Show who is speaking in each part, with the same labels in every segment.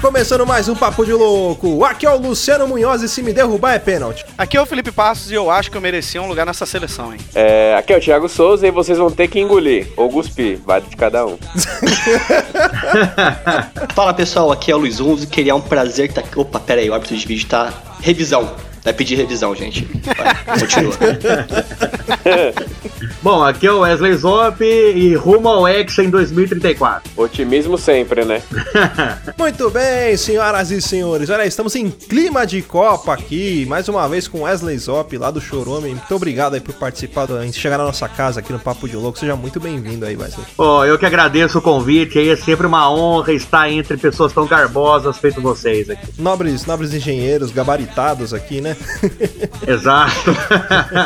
Speaker 1: começando mais um Papo de Louco. Aqui é o Luciano Munhoz e se me derrubar é pênalti.
Speaker 2: Aqui é o Felipe Passos e eu acho que eu merecia um lugar nessa seleção, hein?
Speaker 3: É, aqui é o Thiago Souza e vocês vão ter que engolir ou cuspir, vale de cada um.
Speaker 4: Fala pessoal, aqui é o Luiz Onze, queria um prazer tá. Opa, pera aí, o árbitro de vídeo tá. Revisão. Vai pedir revisão, gente. Vai, continua.
Speaker 5: Bom, aqui é o Wesley Zop e rumo ao Hexa em 2034.
Speaker 3: Otimismo sempre, né?
Speaker 1: Muito bem, senhoras e senhores. Olha, estamos em clima de Copa aqui, mais uma vez com Wesley Zop lá do Chorome. Muito obrigado aí por participar, do, em chegar na nossa casa aqui no Papo de Louco. Seja muito bem-vindo aí, Wesley.
Speaker 5: Pô, eu que agradeço o convite aí, é sempre uma honra estar entre pessoas tão garbosas feito vocês aqui.
Speaker 1: Nobres, nobres engenheiros, gabaritados aqui, né?
Speaker 5: Exato.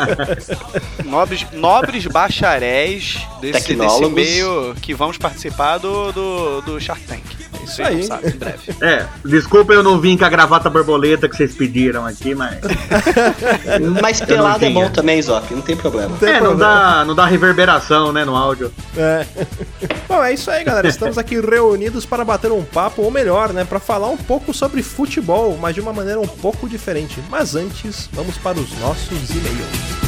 Speaker 2: Nobres, nobres bacharéis desse, desse
Speaker 4: Tecnólogos.
Speaker 2: meio que vamos participar do, do, do Shark Tank. É Isso
Speaker 1: aí.
Speaker 2: Sabe, em breve.
Speaker 5: É, desculpa eu não vim com a gravata borboleta que vocês pediram aqui, mas.
Speaker 4: Mas pelado é bom também, Zop, não tem problema.
Speaker 1: Tem
Speaker 5: é, não
Speaker 1: problema.
Speaker 5: dá, não dá reverberação, né, no áudio.
Speaker 1: É. Bom, é isso aí, galera. Estamos aqui reunidos para bater um papo, ou melhor, né, para falar um pouco sobre futebol, mas de uma maneira um pouco diferente. Mas antes, vamos para os nossos e-mails.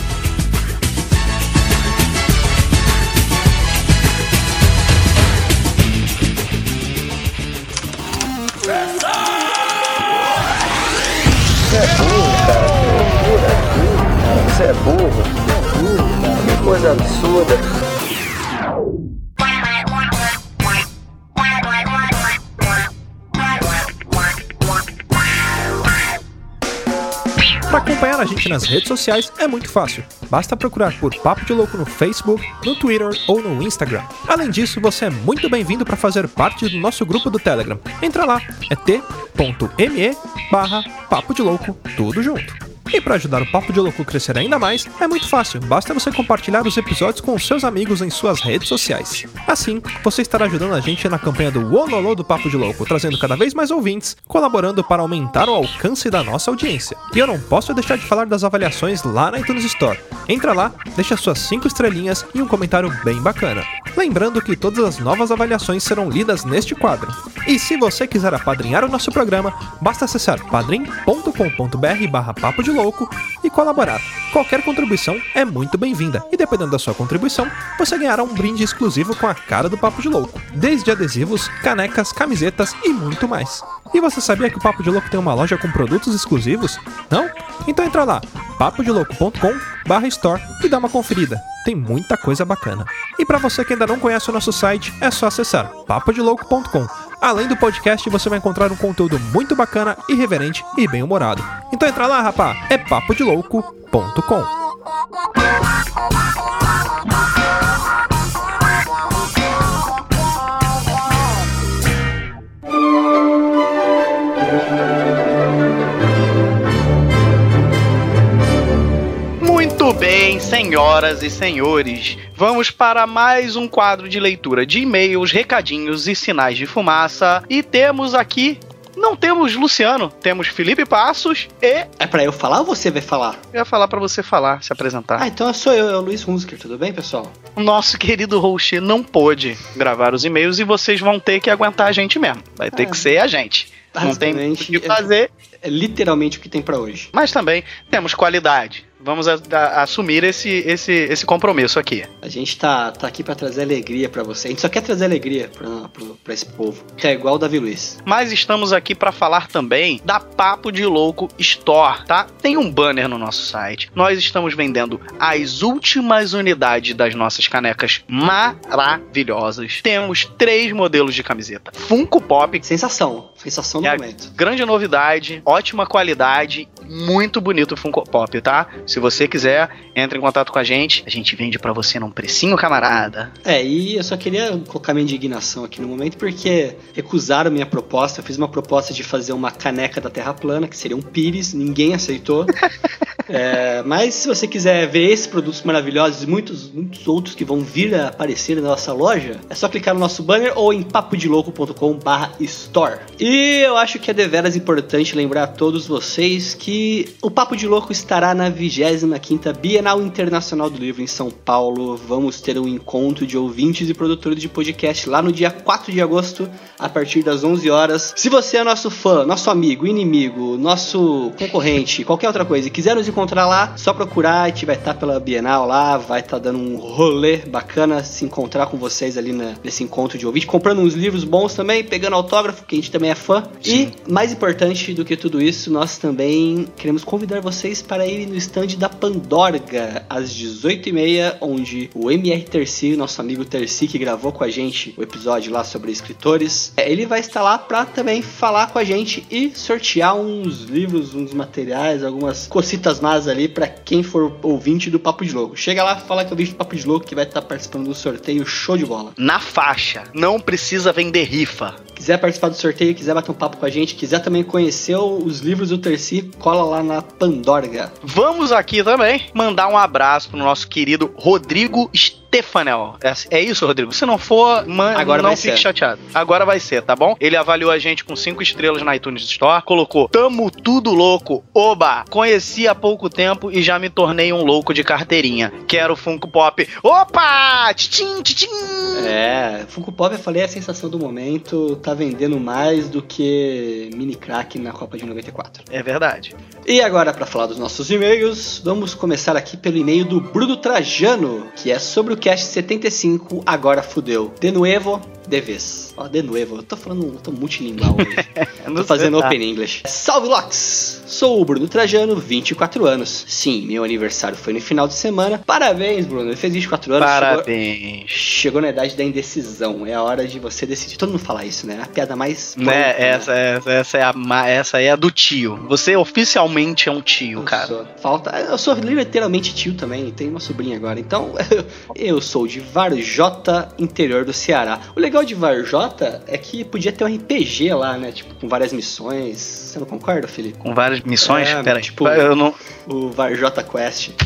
Speaker 1: Para acompanhar a gente nas redes sociais é muito fácil. Basta procurar por Papo de Louco no Facebook, no Twitter ou no Instagram. Além disso, você é muito bem-vindo para fazer parte do nosso grupo do Telegram. Entra lá, é t.me barra Papo de Louco, tudo junto. E para ajudar o Papo de Louco a crescer ainda mais, é muito fácil, basta você compartilhar os episódios com seus amigos em suas redes sociais. Assim, você estará ajudando a gente na campanha do Ololô do Papo de Louco, trazendo cada vez mais ouvintes, colaborando para aumentar o alcance da nossa audiência. E eu não posso deixar de falar das avaliações lá na iTunes Store. Entra lá, deixa suas 5 estrelinhas e um comentário bem bacana. Lembrando que todas as novas avaliações serão lidas neste quadro. E se você quiser apadrinhar o nosso programa, basta acessar padrim.com.br barra papo de louco e colaborar. Qualquer contribuição é muito bem-vinda e dependendo da sua contribuição, você ganhará um brinde exclusivo com a cara do Papo de Louco, desde adesivos, canecas, camisetas e muito mais. E você sabia que o Papo de Louco tem uma loja com produtos exclusivos? Não? Então entra lá, papodelouco.com barra store e dá uma conferida. Tem muita coisa bacana. E para você que ainda não conhece o nosso site, é só acessar papodelouco.com. Além do podcast, você vai encontrar um conteúdo muito bacana, irreverente e bem-humorado. Então entra lá, rapá, é papodelouco.com.
Speaker 2: Muito bem, senhoras e senhores. Vamos para mais um quadro de leitura de e-mails, recadinhos e sinais de fumaça. E temos aqui. Não temos Luciano, temos Felipe Passos e.
Speaker 4: É pra eu falar ou você vai falar?
Speaker 2: Eu ia falar pra você falar, se apresentar.
Speaker 4: Ah, então sou eu, é o Luiz Hunsker, tudo bem, pessoal?
Speaker 2: O nosso querido host não pôde gravar os e-mails e vocês vão ter que aguentar a gente mesmo. Vai ter
Speaker 4: É.
Speaker 2: que ser a gente. Não tem muito o
Speaker 4: Basicamente,
Speaker 2: que fazer,
Speaker 4: É literalmente o que tem pra hoje.
Speaker 2: mas também temos qualidade. Vamos a- a- assumir esse, esse, esse compromisso aqui.
Speaker 4: A gente tá, tá aqui pra trazer alegria pra você. A gente só quer trazer alegria pra, pro- pra esse povo. Que é igual o Davi Luiz.
Speaker 2: Mas estamos aqui para falar também da Papo de Louco Store, tá? Tem um banner no nosso site. Nós estamos vendendo as últimas unidades das nossas canecas maravilhosas. Temos três modelos de camiseta: Funko Pop,
Speaker 4: Sensação. Sensação do
Speaker 2: É a-
Speaker 4: momento.
Speaker 2: grande novidade, ótima qualidade, muito bonito o Funko Pop, tá? Se você quiser, entre em contato com a gente. A gente vende pra você num precinho, camarada.
Speaker 4: É, e eu só queria colocar minha indignação aqui no momento, porque recusaram minha proposta. Eu fiz uma proposta de fazer uma caneca da Terra plana, que seria um pires, ninguém aceitou. É, mas se você quiser ver esses produtos maravilhosos e muitos, muitos outros que vão vir a aparecer na nossa loja, é só clicar no nosso banner ou em papodilouco.com/store. E eu acho que é deveras importante lembrar a todos vocês que o Papo de Louco estará na 25ª Bienal Internacional do Livro em São Paulo. Vamos ter um encontro de ouvintes e produtores de podcast lá no dia 4 de agosto, a partir das 11 horas. Se você é nosso fã, nosso amigo, inimigo, nosso concorrente, qualquer outra coisa, e quiser nos encontrar lá, só procurar, a gente vai estar pela Bienal lá, vai estar dando um rolê bacana, se encontrar com vocês ali na- nesse encontro de ouvinte, comprando uns livros bons também, pegando autógrafo, que a gente também é fã. E, mais importante do que tudo isso, nós também queremos convidar vocês para irem no stand da Pandorga, às 18h30, onde o MR Terci, nosso amigo Terci, que gravou com a gente o episódio lá sobre escritores, é, ele vai estar lá para também falar com a gente e sortear uns livros, uns materiais, algumas cocitas más ali para quem for ouvinte do Papo de Louco. Chega lá, fala que é ouvinte do Papo de Louco que vai estar participando do sorteio show de bola.
Speaker 2: Na faixa. Não precisa vender rifa.
Speaker 4: Quiser participar do sorteio, quiser bater um papo com a gente, quiser também conhecer os livros do Terci, cola lá na Pandorga.
Speaker 2: Vamos aqui também mandar um abraço pro nosso querido Rodrigo Stefanel. É, é isso, Rodrigo? Se não for, man,
Speaker 4: Agora
Speaker 2: não
Speaker 4: vai
Speaker 2: fique
Speaker 4: ser.
Speaker 2: chateado. Agora vai ser, tá bom? Ele avaliou a gente com 5 estrelas na iTunes Store, colocou Tamo tudo louco, oba! Conheci há pouco tempo e já me tornei um louco de carteirinha. Quero Funko Pop. Opa! Tchim, tchim!
Speaker 4: É, Funko Pop, eu falei, é a sensação do momento, tá vendendo mais do que mini crack na Copa de 94.
Speaker 2: É verdade.
Speaker 4: E agora, para falar dos nossos e-mails, vamos começar aqui pelo e-mail do Bruno Trajano, que é sobre o cast 75, agora fudeu. De novo, de vez. Ó, de novo, eu tô falando, eu tô multilingual hoje.
Speaker 2: Eu
Speaker 4: Tô fazendo
Speaker 2: tá.
Speaker 4: Open English. Salve, Lox! Sou o Bruno Trajano, 24 anos. Sim, meu aniversário foi no final de semana. Parabéns, Bruno. Ele fez 24 anos. Chegou...
Speaker 2: Parabéns.
Speaker 4: Chegou na idade da indecisão. É a hora de você decidir. Todo mundo fala isso, né? A piada mais.
Speaker 2: Né,
Speaker 4: pronta,
Speaker 2: essa, essa, essa, é a, ma- essa aí é a do tio. Você oficialmente é um tio,
Speaker 4: Eu
Speaker 2: cara.
Speaker 4: sou- Falta. Eu sou literalmente tio também, tenho uma sobrinha agora. Então, eu sou de Varjota, interior do Ceará. O legal de Varjota é que podia ter um RPG lá, né? Tipo, com várias missões. Você não concorda, Felipe?
Speaker 2: Com várias missões?
Speaker 4: É,
Speaker 2: Pera aí,
Speaker 4: tipo-
Speaker 2: eu não.
Speaker 4: O Varjota Quest.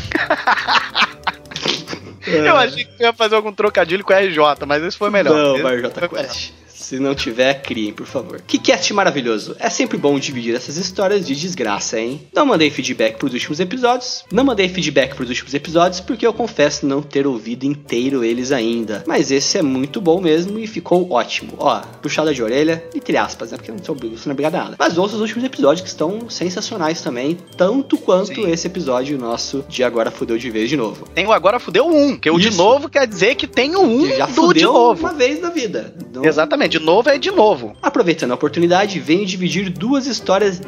Speaker 4: é.
Speaker 2: Eu achei que eu ia fazer algum trocadilho com RJ, mas esse foi melhor.
Speaker 4: Não,
Speaker 2: Esse
Speaker 4: vai Jota
Speaker 2: foi
Speaker 4: Quest. Se não tiver, criem, por favor. Que cast maravilhoso. É sempre bom dividir essas histórias de desgraça, hein? Não mandei feedback pros últimos episódios. Não mandei feedback pros últimos episódios porque eu confesso não ter ouvido inteiro eles ainda. Mas esse é muito bom mesmo e ficou ótimo. Ó, puxada de orelha, entre aspas, né? Porque eu não sou obrigado, você não é obrigado a nada. Mas ouça os últimos episódios que estão sensacionais também, tanto quanto
Speaker 2: Sim.
Speaker 4: esse episódio nosso de Agora Fudeu de Vez de novo.
Speaker 2: melhor. Tem o agora fudeu um, que o de
Speaker 4: Isso.
Speaker 2: novo quer dizer que tem o um
Speaker 4: E já
Speaker 2: do de
Speaker 4: fudeu
Speaker 2: novo.
Speaker 4: uma vez na vida. Não-
Speaker 2: Exatamente, de novo é de novo.
Speaker 4: Aproveitando a oportunidade, venho dividir duas histórias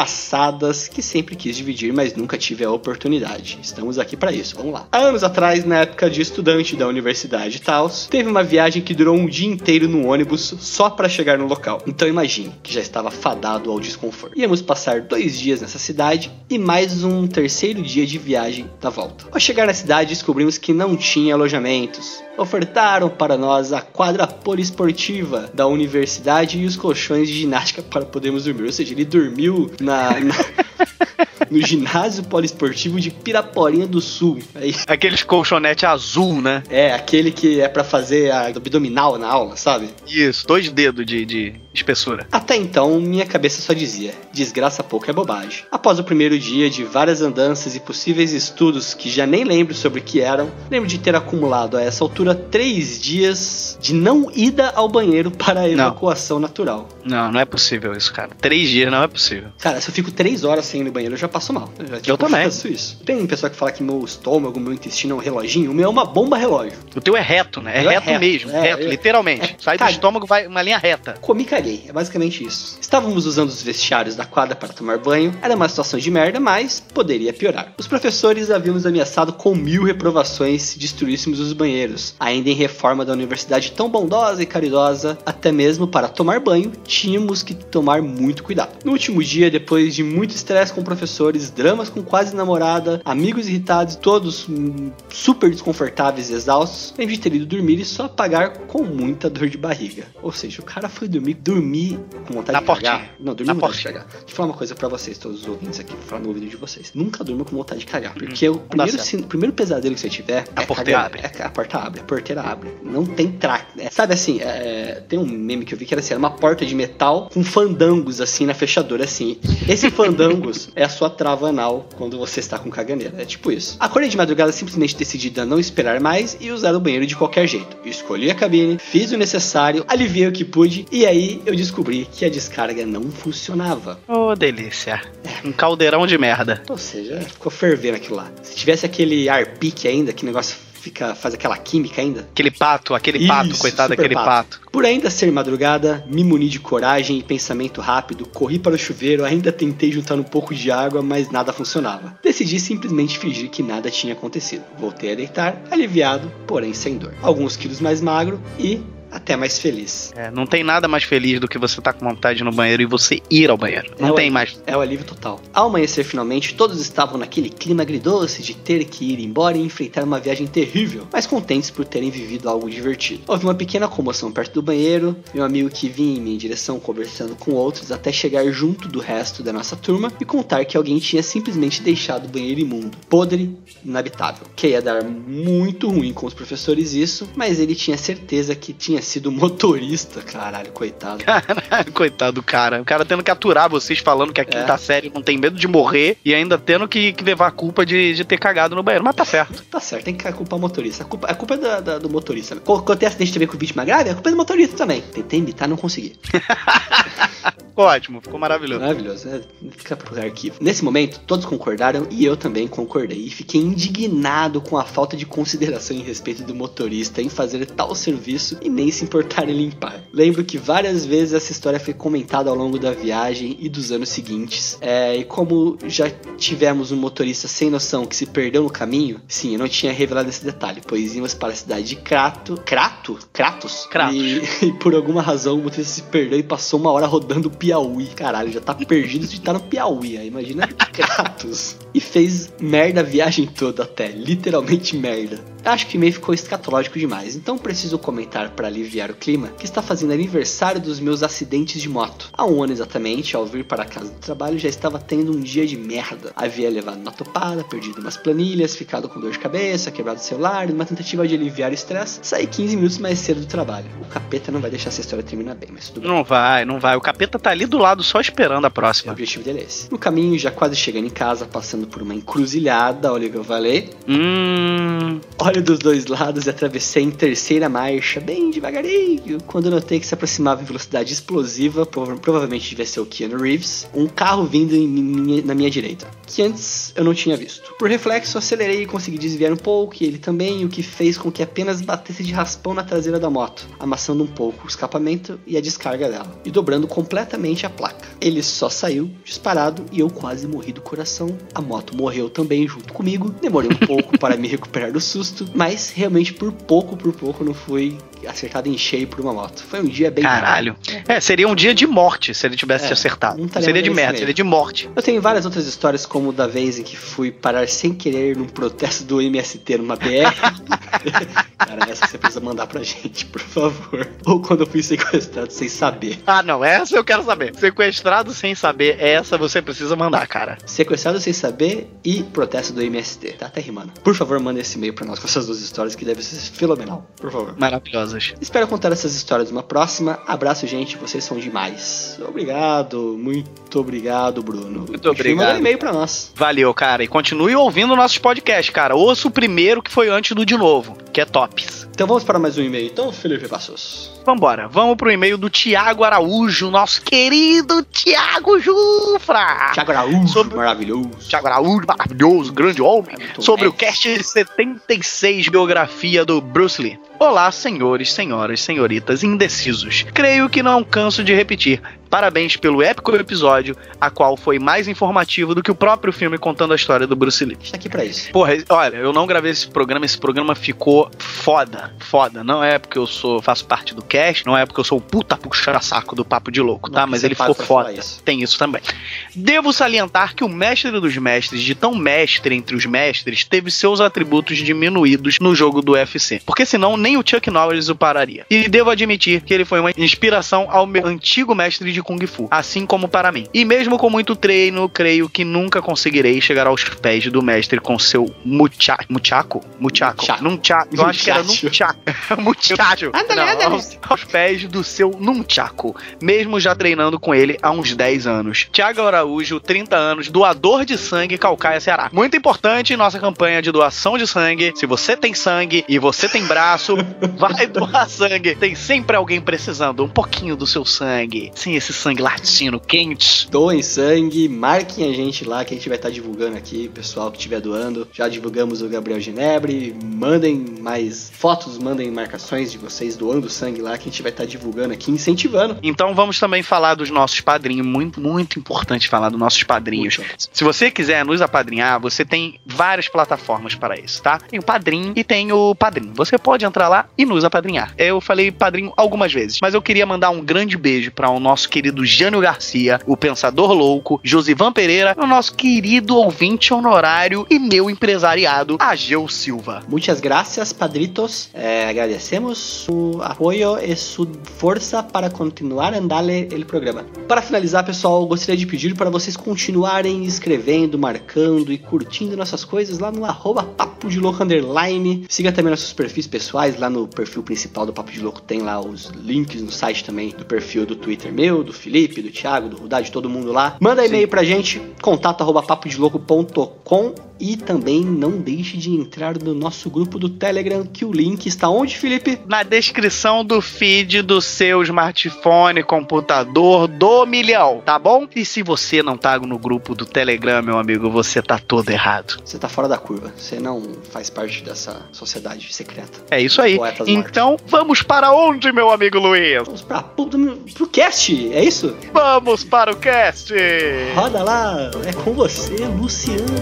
Speaker 4: desgraçadas que sempre quis dividir, mas nunca tive a oportunidade. Estamos aqui para isso, vamos lá. Há anos atrás, na época de estudante da universidade e Taos, teve uma viagem que durou um dia inteiro no ônibus só para chegar no local. Então imagine que já estava fadado ao desconforto. Íamos passar dois dias nessa cidade e mais um terceiro dia de viagem da volta. Ao chegar na cidade, descobrimos que não tinha alojamentos. Ofertaram para nós a quadra poliesportiva da universidade e os colchões de ginástica para podermos dormir. Ou seja, ele dormiu na- na no ginásio poliesportivo de Piraporinha do Sul. Aí,
Speaker 2: Aqueles colchonete azul, né?
Speaker 4: é, aquele que é pra fazer a abdominal na aula, sabe?
Speaker 2: Isso, dois dedos de, de espessura.
Speaker 4: Até então, minha cabeça só dizia: desgraça pouco é bobagem. Após o primeiro dia de várias andanças e possíveis estudos que já nem lembro sobre o que eram, lembro de ter acumulado a essa altura três dias de não ida ao banheiro para a
Speaker 2: Não.
Speaker 4: evacuação natural.
Speaker 2: Não, não é possível isso, cara. Três dias não é possível.
Speaker 4: Cara, se eu fico três horas sem ir no banheiro, eu já passo mal. Eu, já, tipo,
Speaker 2: também.
Speaker 4: faço isso. Tem pessoa que fala que meu estômago, meu intestino é um reloginho. O meu é uma bomba relógio.
Speaker 2: O teu é reto, né? É,
Speaker 4: Meu é
Speaker 2: reto,
Speaker 4: reto,
Speaker 2: mesmo,
Speaker 4: é,
Speaker 2: reto,
Speaker 4: é.
Speaker 2: literalmente.
Speaker 4: É,
Speaker 2: Sai do
Speaker 4: cara.
Speaker 2: estômago, vai uma linha reta.
Speaker 4: Comi e caguei, é basicamente isso. Estávamos usando os vestiários da quadra para tomar banho, era uma situação de merda, mas poderia piorar. Os professores haviam nos ameaçado com mil reprovações se destruíssemos os banheiros, ainda em reforma da universidade tão bondosa e caridosa, até mesmo para tomar banho, tínhamos que tomar muito cuidado. No último dia, depois de muito estresse com professores, dramas com quase namorada, amigos irritados, todos hum, super desconfortáveis e exaustos, lembro de ter ido dormir e só apagar com muita dor de barriga. Ou seja, o cara foi dormir dormi com vontade
Speaker 2: Na
Speaker 4: de cagar.
Speaker 2: portinha.
Speaker 4: Não, dormi
Speaker 2: Na
Speaker 4: com vontade de
Speaker 2: portinha.
Speaker 4: cagar. Deixa eu falar uma coisa pra vocês, todos os ouvintes aqui, vou falar no ouvido de vocês. Nunca durma com vontade de cagar, porque o primeiro,
Speaker 2: Hum. certo.
Speaker 4: sin- primeiro pesadelo que você tiver,
Speaker 2: A
Speaker 4: é
Speaker 2: porteira
Speaker 4: cagar.
Speaker 2: abre.
Speaker 4: É ca- a porta abre, a porteira abre. Não tem traque. É, sabe assim, é, tem um meme que eu vi que era assim, era uma porta de metal com fandangos assim na fechadura, assim. Esse fandangos é a sua trava anal quando você está com caganeira. É tipo isso. Acordei de madrugada simplesmente decidida a não esperar mais e usar o banheiro de qualquer jeito. Escolhi a cabine, fiz o necessário, aliviei o que pude e aí eu descobri que a descarga não funcionava.
Speaker 2: Ô, delícia.
Speaker 4: É.
Speaker 2: Um caldeirão de merda.
Speaker 4: Ou seja, ficou fervendo aquilo lá. Se tivesse aquele ar pique ainda, que negócio fica, faz aquela química ainda,
Speaker 2: Aquele pato, aquele
Speaker 4: Isso,
Speaker 2: pato, coitado
Speaker 4: super
Speaker 2: daquele pato.
Speaker 4: Por ainda ser madrugada, me muni de coragem e pensamento rápido, corri para o chuveiro, ainda tentei juntar um pouco de água, mas nada funcionava. Decidi simplesmente fingir que nada tinha acontecido. Voltei a deitar, aliviado, porém sem dor. Alguns quilos mais magro e até mais feliz.
Speaker 2: É, não tem nada mais feliz do que você tá com vontade no banheiro e você ir ao banheiro. Não
Speaker 4: É,
Speaker 2: tem
Speaker 4: ué.
Speaker 2: mais.
Speaker 4: É o alívio total. Ao amanhecer finalmente, todos estavam naquele clima agridoce de ter que ir embora e enfrentar uma viagem terrível, mas contentes por terem vivido algo divertido. Houve uma pequena comoção perto do banheiro, meu amigo que vinha em minha direção conversando com outros até chegar junto do resto da nossa turma e contar que alguém tinha simplesmente deixado o banheiro imundo, podre, inabitável. Que ia dar muito ruim com os professores isso, mas ele tinha certeza que tinha sido motorista, caralho, coitado.
Speaker 2: Ah, Coitado do cara. O cara tendo que aturar vocês falando que a
Speaker 4: É.
Speaker 2: quinta série não tem medo de morrer e ainda tendo que, que levar a culpa de, de ter cagado no banheiro. Mas tá certo.
Speaker 4: Tá certo, tem que culpar o motorista. A culpa, a culpa é da- da- do motorista. né? Quando quando tem acidente também com vítima grave, a culpa é do motorista também. Tentei imitar, não consegui.
Speaker 2: Ficou ótimo, ficou maravilhoso.
Speaker 4: Maravilhoso. É, fica pro arquivo. Nesse momento, todos concordaram e eu também concordei. E fiquei indignado com a falta de consideração e respeito do motorista em fazer tal serviço e nem se importar em limpar. Lembro que várias vezes essa história foi comentada ao longo da viagem e dos anos seguintes. É, e como já tivemos um motorista sem noção que se perdeu no caminho, sim, eu não tinha revelado esse detalhe, pois íamos para a cidade de Crato. Crato? Kratos?
Speaker 2: Kratos.
Speaker 4: E- e por alguma razão o motorista se perdeu e passou uma hora rodando o Piauí. Caralho, já tá perdido de estar no Piauí. Aí imagina Kratos. E fez merda a viagem toda até. Literalmente merda. Acho que meio ficou escatológico demais. Então preciso comentar para aliviar o clima que está fazendo aniversário dos meus acidentes de moto. Há um ano exatamente, ao vir para a casa do trabalho, já estava tendo um dia de merda. Havia levado uma topada, perdido umas planilhas, ficado com dor de cabeça, quebrado o celular, numa tentativa de aliviar o estresse, saí 15 minutos mais cedo do trabalho. O capeta não vai deixar essa história terminar bem, mas tudo bem.
Speaker 2: Não vai, não vai. O capeta tá ali do lado só esperando a
Speaker 4: O
Speaker 2: próxima.
Speaker 4: objetivo dele é esse. No caminho, já quase chegando em casa, passando por uma encruzilhada, olha o que eu falei.
Speaker 2: Hum.
Speaker 4: Olho dos dois lados e atravessei em terceira marcha, bem devagarinho, quando notei que se aproximava em velocidade explosiva, prova- provavelmente devia ser o Keanu Reeves, um carro vindo em minha- na minha direita, que antes eu não tinha visto. Por reflexo, acelerei e consegui desviar um pouco, e ele também, o que fez com que apenas batesse de raspão na traseira da moto, amassando um pouco o escapamento e a descarga dela, e dobrando completamente a placa. Ele só saiu disparado e eu quase morri do coração. A moto morreu também junto comigo, demorei um pouco para me recuperar do susto, mas realmente por pouco, por pouco não fui acertado em cheio por uma moto. Foi um dia bem
Speaker 2: Caralho. É, seria um dia de morte se ele tivesse
Speaker 4: É,
Speaker 2: te acertado.
Speaker 4: não estaria
Speaker 2: Seria de
Speaker 4: mais
Speaker 2: merda,
Speaker 4: nele.
Speaker 2: seria de morte.
Speaker 4: Eu tenho várias outras histórias, como da vez em que fui parar sem querer num protesto do MST numa BR. Cara, essa você precisa mandar pra gente, por favor. Ou quando eu fui sequestrado sem saber.
Speaker 2: Ah, não, essa eu quero saber. Sequestrado sem saber, essa você precisa mandar, cara.
Speaker 4: Sequestrado sem saber e protesto do MST. Tá até rimando. Por favor, manda esse e-mail pra nós com essas duas histórias que deve ser fenomenal. Por favor.
Speaker 2: Maravilhosas.
Speaker 4: Espero contar essas histórias numa próxima. Abraço, gente. Vocês são demais. Obrigado. Muito obrigado, Bruno.
Speaker 2: Muito
Speaker 4: Continue
Speaker 2: obrigado.
Speaker 4: mandando e-mail pra nós.
Speaker 2: Valeu, cara. E continue ouvindo nossos podcasts, cara. Ouça o primeiro que foi antes do de novo, que é tops.
Speaker 4: Então vamos para mais um e-mail, então, Felipe Passos.
Speaker 2: Vambora, vamos pro e-mail do Tiago Araújo, nosso querido Tiago Jufra.
Speaker 4: Tiago Araújo,
Speaker 2: Sobre-
Speaker 4: maravilhoso.
Speaker 2: Tiago Araújo, maravilhoso, grande homem.
Speaker 4: Muito
Speaker 2: Sobre o
Speaker 4: bem.
Speaker 2: cast 76, biografia do Bruce Lee. Olá, senhores, senhoras, senhoritas, indecisos. Creio que não canso de repetir. Parabéns pelo épico episódio, a qual foi mais informativo do que o próprio filme contando a história do Bruce Lee.
Speaker 4: A gente tá aqui pra isso.
Speaker 2: Porra, olha, eu não gravei esse programa, esse programa ficou foda, foda. Não é porque eu sou, faço parte do cast, não é porque eu sou o puta puxa-saco do papo de louco, tá?
Speaker 4: Não
Speaker 2: Mas
Speaker 4: precisa
Speaker 2: ele
Speaker 4: parar
Speaker 2: ficou
Speaker 4: pra falar
Speaker 2: foda.
Speaker 4: isso.
Speaker 2: Tem isso também. Devo salientar que o mestre dos mestres, de tão mestre entre os mestres, teve seus atributos diminuídos no jogo do UFC. Porque senão nem o Chuck Norris o pararia. E devo admitir que ele foi uma inspiração ao meu antigo mestre de Kung Fu, assim como para mim. E mesmo com muito treino, creio que nunca conseguirei chegar aos pés do mestre com seu mucha muchaco? Muchaco.
Speaker 4: Muchaco.
Speaker 2: Nunchaco. Eu acho que era
Speaker 4: Muchacho.
Speaker 2: nunchaco. muchacho.
Speaker 4: Ah, tá
Speaker 2: Não,
Speaker 4: ligado?
Speaker 2: aos- aos pés do seu nunchaco mesmo já treinando com ele há uns 10 anos. Tiago Araújo, 30 anos, doador de sangue Calcaia Ceará. Muito importante em nossa campanha de doação de sangue. Se você tem sangue e você tem braço, vai doar sangue. Tem sempre alguém precisando um pouquinho do seu sangue. Sim, esse sangue latino quente.
Speaker 4: Doem sangue, marquem a gente lá que a gente vai estar divulgando aqui, pessoal que estiver doando. Já divulgamos o Gabriel Ginebre, mandem mais fotos, mandem marcações de vocês doando sangue lá que a gente vai estar divulgando aqui, incentivando.
Speaker 2: Então vamos também falar dos nossos padrinhos. Muito, muito importante falar dos nossos padrinhos.
Speaker 4: Muito.
Speaker 2: Se você quiser nos apadrinhar, você tem várias plataformas para isso, tá? Tem o Padrim e tem o Padrim. Você pode entrar lá e nos apadrinhar. Eu falei padrinho algumas vezes, mas eu queria mandar um grande beijo para o nosso querido Jânio Garcia, o Pensador Louco, Josivan Pereira, e o nosso querido ouvinte honorário e meu empresariado, Ageu Silva.
Speaker 4: Muchas gracias, padritos. Eh, agradecemos su apoio e su força para continuar a andar o programa. Para finalizar, pessoal, eu gostaria de pedir para vocês continuarem escrevendo, marcando e curtindo nossas coisas lá no arroba Papo de Louco Underline. Siga também nossos perfis pessoais lá no perfil principal do Papo de Louco. Tem lá os links no site também do perfil do Twitter meu, do Felipe, do Thiago, do Rudá, de todo mundo lá. Manda e-mail pra gente, contato arroba papodelouco.com e também não deixe de entrar no nosso grupo do Telegram, que o link está onde, Felipe?
Speaker 2: Na descrição do feed do seu smartphone, computador do milhão, tá bom? E se você não tá no grupo do Telegram, meu amigo, você tá todo errado.
Speaker 4: Você tá fora da curva. Você não faz parte dessa sociedade secreta.
Speaker 2: É isso aí.
Speaker 4: Poetas
Speaker 2: Então vamos para onde, meu amigo Luiz?
Speaker 4: Vamos pra puta pro cast, é isso?
Speaker 2: Vamos para o cast!
Speaker 4: Roda lá, é com você, Luciano.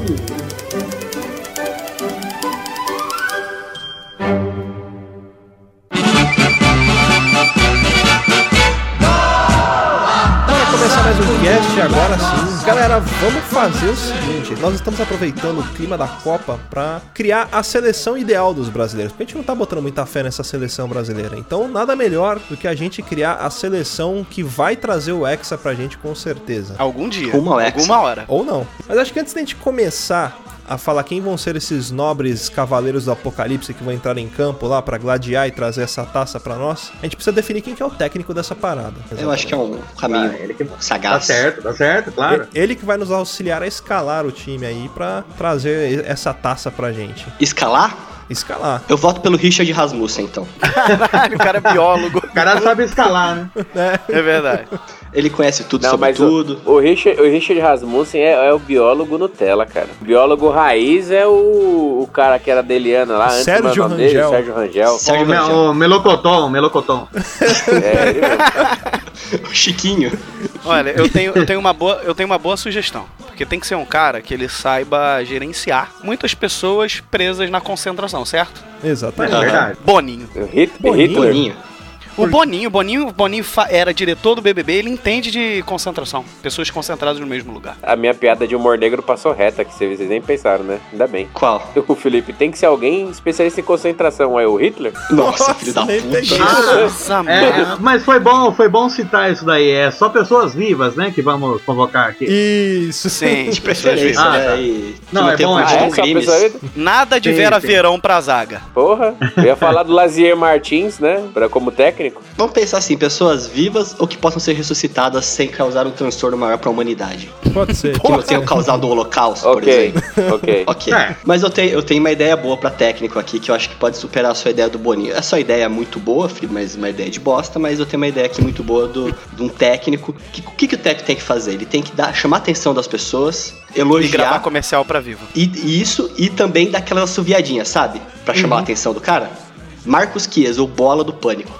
Speaker 1: Vai começar mais um cast agora sim. Galera, vamos fazer o seguinte: nós estamos aproveitando o clima da Copa pra criar a seleção ideal dos brasileiros. Porque a gente não tá botando muita fé nessa seleção brasileira. Então, nada melhor do que a gente criar a seleção que vai trazer o Hexa pra gente com certeza.
Speaker 2: Algum dia.
Speaker 4: Rumo ao Hexa.
Speaker 2: alguma hora.
Speaker 1: Ou não. Mas acho que antes da gente começar a falar quem vão ser esses nobres cavaleiros do apocalipse que vão entrar em campo lá pra gladiar e trazer essa taça pra nós, a gente precisa definir quem que é o técnico dessa parada.
Speaker 4: Eu acho que é um caminho
Speaker 5: Ah, ele que- Tá
Speaker 4: sagaz.
Speaker 5: certo, tá certo, claro.
Speaker 1: Ele que vai nos auxiliar a escalar o time aí pra trazer essa taça pra gente.
Speaker 4: Escalar?
Speaker 1: Escalar.
Speaker 4: Eu voto pelo Richard Rasmussen, então.
Speaker 2: Caralho, o cara é biólogo.
Speaker 5: O cara sabe escalar, né?
Speaker 2: É verdade.
Speaker 4: Ele conhece tudo
Speaker 3: Não,
Speaker 4: sobre
Speaker 3: mas o-
Speaker 4: tudo.
Speaker 3: O Richard, o Richard Rasmussen é, é o biólogo Nutella, cara. O biólogo raiz é o, o cara que era da Eliana lá antes
Speaker 1: Sérgio
Speaker 3: como é o nome dele?
Speaker 1: Rangel.
Speaker 3: Sérgio Rangel.
Speaker 5: O,
Speaker 4: Sérgio
Speaker 5: me-
Speaker 4: Rangel.
Speaker 5: o melocotom, melocotom.
Speaker 3: É, ele mesmo.
Speaker 4: O Chiquinho.
Speaker 2: Olha, eu tenho, eu, tenho uma boa, eu tenho uma boa sugestão. Porque tem que ser um cara que ele saiba gerenciar muitas pessoas presas na concentração, certo?
Speaker 1: Exatamente.
Speaker 5: É verdade.
Speaker 2: Boninho.
Speaker 3: O Hit-
Speaker 1: Boninho,
Speaker 3: Hitler.
Speaker 4: Boninho.
Speaker 2: O Boninho, Boninho, Boninho fa- era diretor do BBB, ele entende de concentração. Pessoas concentradas no mesmo lugar.
Speaker 3: A minha piada de humor negro passou reta, que vocês nem pensaram, né? Ainda bem.
Speaker 4: Qual?
Speaker 3: O Felipe tem que ser alguém especialista em concentração. Aí o Hitler?
Speaker 4: Nossa, filho da
Speaker 1: nem
Speaker 4: puta.
Speaker 1: peguei.
Speaker 2: Nossa,
Speaker 5: Ah, É, mas foi bom, foi bom citar isso daí. É só pessoas vivas, né, que vamos convocar aqui.
Speaker 1: Isso.
Speaker 2: Sim, de pessoas
Speaker 4: Preferência,
Speaker 5: Ah,
Speaker 4: né?
Speaker 5: tá.
Speaker 4: E
Speaker 5: Não,
Speaker 4: que
Speaker 5: é bom,
Speaker 4: manter
Speaker 5: é
Speaker 3: Ah,
Speaker 4: cometido
Speaker 3: só
Speaker 4: Ah, crimes.
Speaker 3: pessoa-
Speaker 2: Nada de
Speaker 5: Sim,
Speaker 2: Vera
Speaker 5: sim.
Speaker 2: Verão pra zaga.
Speaker 3: Porra, eu ia falar do Lazier Martins, né? Pra, como técnico.
Speaker 4: Vamos pensar assim, pessoas vivas ou que possam ser ressuscitadas sem causar um transtorno maior pra humanidade.
Speaker 1: Pode ser. Tipo,
Speaker 4: Que não tenham causado o holocausto, por
Speaker 3: Ok,
Speaker 4: exemplo.
Speaker 3: ok.
Speaker 4: Ok.
Speaker 5: É.
Speaker 4: Mas eu tenho, eu tenho uma ideia boa pra técnico aqui, que eu acho que pode superar a sua ideia do Boninho. Essa ideia é muito boa, filho, mas uma ideia de bosta, mas eu tenho uma ideia aqui muito boa do, de um técnico. Que- O que, que o técnico tem que fazer? Ele tem que dar, chamar a atenção das pessoas,
Speaker 2: E gravar
Speaker 4: elogiar
Speaker 2: comercial pra vivo.
Speaker 5: Uhum.
Speaker 4: e, e isso, e também dar aquela assoviadinha, sabe? Pra chamar a atenção do cara. Marcos Chiesa, o bola do pânico.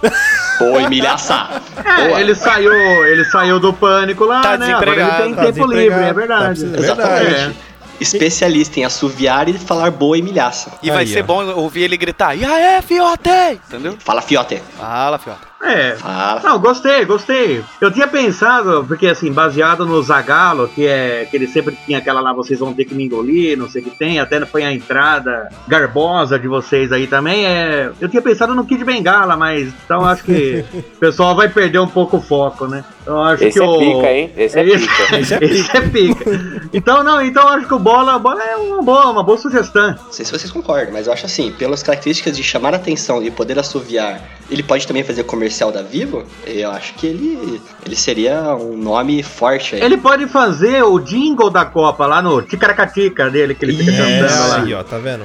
Speaker 4: Boa, emilhaçar.
Speaker 5: É,
Speaker 4: Boa.
Speaker 5: ele saiu, ele saiu do pânico lá,
Speaker 2: Tá
Speaker 5: né? Agora ele
Speaker 2: desempregado,
Speaker 5: tem
Speaker 2: tá
Speaker 5: tempo livre, é
Speaker 2: desempregado,
Speaker 5: verdade.
Speaker 2: tá precisando-
Speaker 4: Exatamente.
Speaker 5: É.
Speaker 4: Especialista em assoviar e falar boa emilhaça.
Speaker 2: E vai
Speaker 1: Aí,
Speaker 2: ser
Speaker 1: ó.
Speaker 2: bom ouvir ele gritar, e aí, fiote! Entendeu?
Speaker 4: Fala, fiote.
Speaker 2: Fala, fiote.
Speaker 5: É.
Speaker 4: Fala.
Speaker 5: Não, gostei, gostei. Eu tinha pensado, porque assim, baseado no Zagalo, que é que ele sempre tinha aquela lá, vocês vão ter que me engolir, não sei o que tem, até foi a entrada garbosa de vocês aí também. É, eu tinha pensado no Kid Bengala, mas então acho que o pessoal vai perder um pouco o foco, né? Então acho
Speaker 3: Esse
Speaker 5: que
Speaker 3: é
Speaker 5: o
Speaker 3: pica, hein? Esse é
Speaker 5: Esse-
Speaker 3: pica.
Speaker 1: Esse é
Speaker 5: Esse é pica. Então não, então acho que o bola, bola é uma boa, uma boa sugestão.
Speaker 4: Não sei se vocês concordam, mas eu acho assim, pelas características de chamar atenção e poder assoviar, ele pode também fazer comercial da Vivo, eu acho que ele, ele seria um nome forte aí.
Speaker 5: Ele pode fazer o jingle da Copa lá no Ticaracatica dele, que ele fica
Speaker 4: Isso.
Speaker 5: cantando lá.
Speaker 1: aí, ó, tá vendo?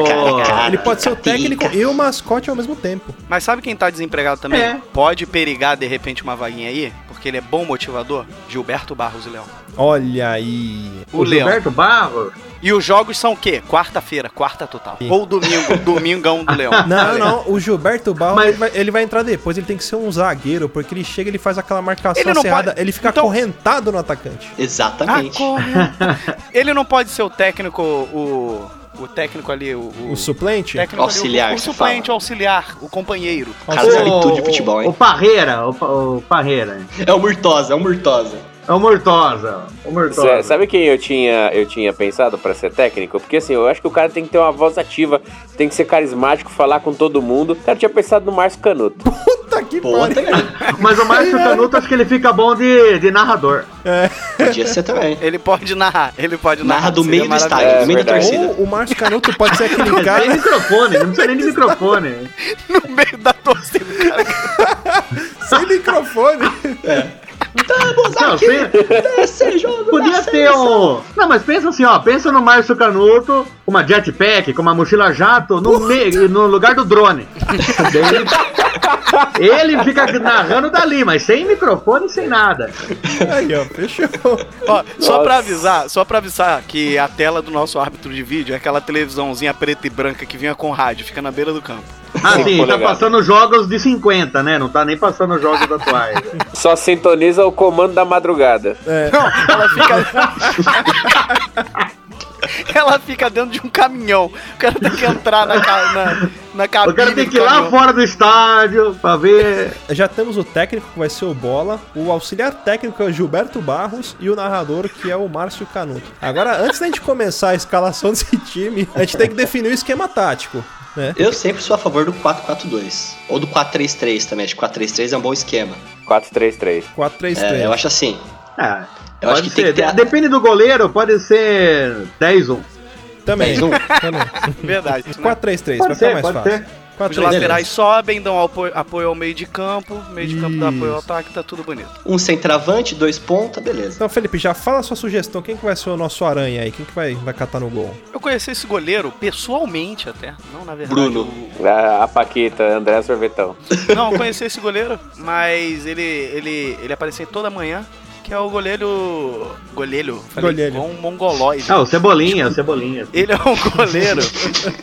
Speaker 5: Pô,
Speaker 1: Ele pode ser
Speaker 2: é
Speaker 1: o técnico e o mascote ao mesmo tempo.
Speaker 2: Mas sabe quem tá desempregado também?
Speaker 5: É.
Speaker 2: Pode perigar, de repente, uma vaguinha aí, porque ele é bom motivador? Gilberto Barros Leão.
Speaker 1: Olha aí.
Speaker 2: O, Leão.
Speaker 5: Gilberto Barros.
Speaker 2: E os jogos são o quê? Quarta-feira, quarta total. Ou domingo, domingão do Leão.
Speaker 1: Não, não, o Gilberto Barros
Speaker 5: Mas-
Speaker 1: ele, vai, ele vai entrar depois, ele tem que ser um zagueiro, porque ele chega, ele faz aquela marcação
Speaker 2: Ele não
Speaker 1: cerrada,
Speaker 2: pode-
Speaker 1: ele fica
Speaker 2: Então-
Speaker 1: acorrentado no atacante.
Speaker 4: Exatamente.
Speaker 2: Acorrentado. Ah, ele não pode ser o técnico, o, o técnico ali, o, o-
Speaker 1: O suplente?
Speaker 2: técnico ali, o-
Speaker 4: Auxiliar,
Speaker 2: o,
Speaker 4: você
Speaker 2: suplente,
Speaker 4: fala.
Speaker 2: o auxiliar, o companheiro.
Speaker 4: O cara sabe tudo de futebol,
Speaker 5: O
Speaker 4: hein?
Speaker 5: Parreira, o, Pa- o Parreira.
Speaker 4: É o Murtosa, é o Murtosa.
Speaker 5: É o Mortosa. O Mortosa.
Speaker 3: Sa- Sabe quem eu tinha, eu tinha pensado pra ser técnico? Porque assim, eu acho que o cara tem que ter uma voz ativa, tem que ser carismático, falar com todo mundo. Cara, eu tinha pensado no Márcio Canuto.
Speaker 1: Puta que
Speaker 4: Boa
Speaker 1: pariu.
Speaker 4: também.
Speaker 5: Mas o Márcio Canuto acho que ele fica bom de, de narrador.
Speaker 4: Podia ser também.
Speaker 2: Ele pode narrar, ele pode narrar.
Speaker 4: Narra do
Speaker 2: seria
Speaker 4: meio do
Speaker 2: maravilhoso.
Speaker 4: estádio, do
Speaker 3: É,
Speaker 4: meio da
Speaker 3: verdade.
Speaker 4: torcida.
Speaker 1: Ou o Márcio Canuto pode ser aquele
Speaker 5: Mas nem
Speaker 1: cara.
Speaker 5: microfone, não precisa nem de microfone.
Speaker 2: No meio da torcida.
Speaker 1: Sem microfone.
Speaker 5: Não, você-
Speaker 4: Esse jogo
Speaker 5: podia ter um. Não, mas pensa assim, ó. Pensa no Márcio Canuto, com uma jetpack, com uma mochila jato, no, me- no lugar do drone. Daí ele... ele fica narrando dali, mas sem microfone, sem nada.
Speaker 1: Aí, ó, fechou.
Speaker 2: Ó, só
Speaker 3: Nossa.
Speaker 2: pra avisar, só pra avisar que a tela do nosso árbitro de vídeo é aquela televisãozinha preta e branca que vinha com rádio, fica na beira do campo.
Speaker 3: Cinco
Speaker 5: Assim, tá
Speaker 3: polegadas.
Speaker 5: passando jogos de 50, né? Não tá nem passando jogos atuais.
Speaker 3: Só sintoniza o comando da madrugada.
Speaker 2: Não, ela fica. ela fica dentro de um caminhão. O cara tem que entrar na, ca- na, na cabine.
Speaker 5: O cara tem
Speaker 2: do
Speaker 5: que ir lá
Speaker 2: caminhão.
Speaker 5: fora do estádio pra ver.
Speaker 1: Já temos o técnico, que vai ser o Bola, o auxiliar técnico é o Gilberto Barros e o narrador, que é o Márcio Canuto. Agora, antes da gente começar a escalação desse time, a gente tem que definir o esquema tático, né?
Speaker 4: Eu sempre sou a favor do 4-4-2. Ou do 4-3-3 também. Acho que 4-3-3 é um bom esquema.
Speaker 3: 4-3-3.
Speaker 4: É,
Speaker 1: 4-3-3.
Speaker 4: eu acho assim.
Speaker 5: Ah,
Speaker 4: Eu acho que
Speaker 5: ser.
Speaker 4: tem que ter. a-
Speaker 5: Depende do goleiro, pode ser 10 1
Speaker 1: Também.
Speaker 4: Mas um-
Speaker 1: também.
Speaker 2: Verdade. né?
Speaker 1: 4-3-3,
Speaker 5: Pode
Speaker 1: vai ficar
Speaker 5: ser,
Speaker 1: mais
Speaker 5: pode
Speaker 1: fácil.
Speaker 5: ser.
Speaker 2: Os
Speaker 1: 4-3-3.
Speaker 2: laterais sobem, dão apo- apoio ao meio de campo, meio de campo dá apoio ao
Speaker 1: Isso.
Speaker 2: ataque, tá tudo bonito.
Speaker 4: Um centroavante, dois ponta, beleza.
Speaker 1: Então, Felipe, já fala a sua sugestão. Quem que vai ser o nosso aranha aí? Quem que vai, vai catar no gol?
Speaker 2: Eu conheci esse goleiro pessoalmente até, não na verdade.
Speaker 4: Bruno.
Speaker 2: o-
Speaker 3: A, a Paquita, André Sorvetão.
Speaker 2: Não, eu conheci esse goleiro, mas ele ele ele aparecia toda manhã, que é o goleiro goleiro, falei,
Speaker 1: Goleiro.
Speaker 2: igual um mongoloide.
Speaker 5: Ah, o Cebolinha, o Cebolinha.
Speaker 2: Ele é um goleiro.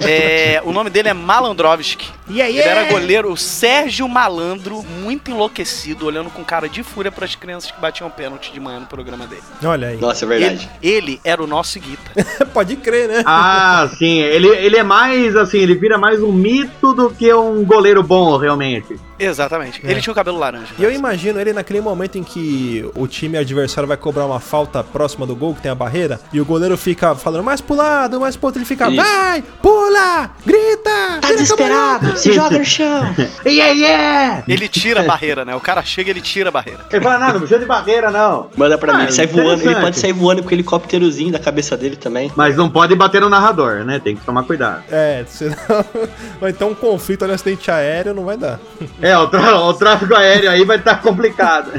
Speaker 2: é, o nome dele é Malandrovski.
Speaker 1: E aí,
Speaker 2: Ele era goleiro Sérgio Malandro, muito enlouquecido, olhando com cara de fúria pras crianças que batiam pênalti de manhã no programa dele.
Speaker 1: Olha aí.
Speaker 4: Nossa, é verdade.
Speaker 2: Ele, ele era o nosso Guita.
Speaker 1: Pode crer, né?
Speaker 5: Ah, sim, ele, ele é mais assim, ele vira mais um mito do que um goleiro bom, realmente.
Speaker 2: Exatamente.
Speaker 1: É.
Speaker 2: Ele tinha o cabelo laranja.
Speaker 1: E eu imagino ele naquele momento em que o time adversário vai cobrar uma falta próxima do gol, que tem a barreira, e o goleiro fica falando mais pro lado, mais pro outro, ele fica,
Speaker 4: Isso.
Speaker 1: vai, pula, grita,
Speaker 4: Tá
Speaker 1: vira
Speaker 4: desesperado, se joga no chão.
Speaker 5: E aí, é!
Speaker 2: Ele tira a barreira, né? O cara chega e ele tira a barreira.
Speaker 5: Ele fala, não, não precisa de barreira, não.
Speaker 4: Manda pra
Speaker 5: Ah,
Speaker 4: mim, ele sai voando. Ele
Speaker 5: interessante.
Speaker 4: pode sair voando com o helicópterozinho da cabeça dele também.
Speaker 5: Mas não pode bater no narrador, né? Tem que tomar cuidado.
Speaker 1: É, senão... Ou então um conflito ali, um acidente aéreo, não vai dar.
Speaker 5: É, o, trá- o tráfego aéreo aí vai estar complicado.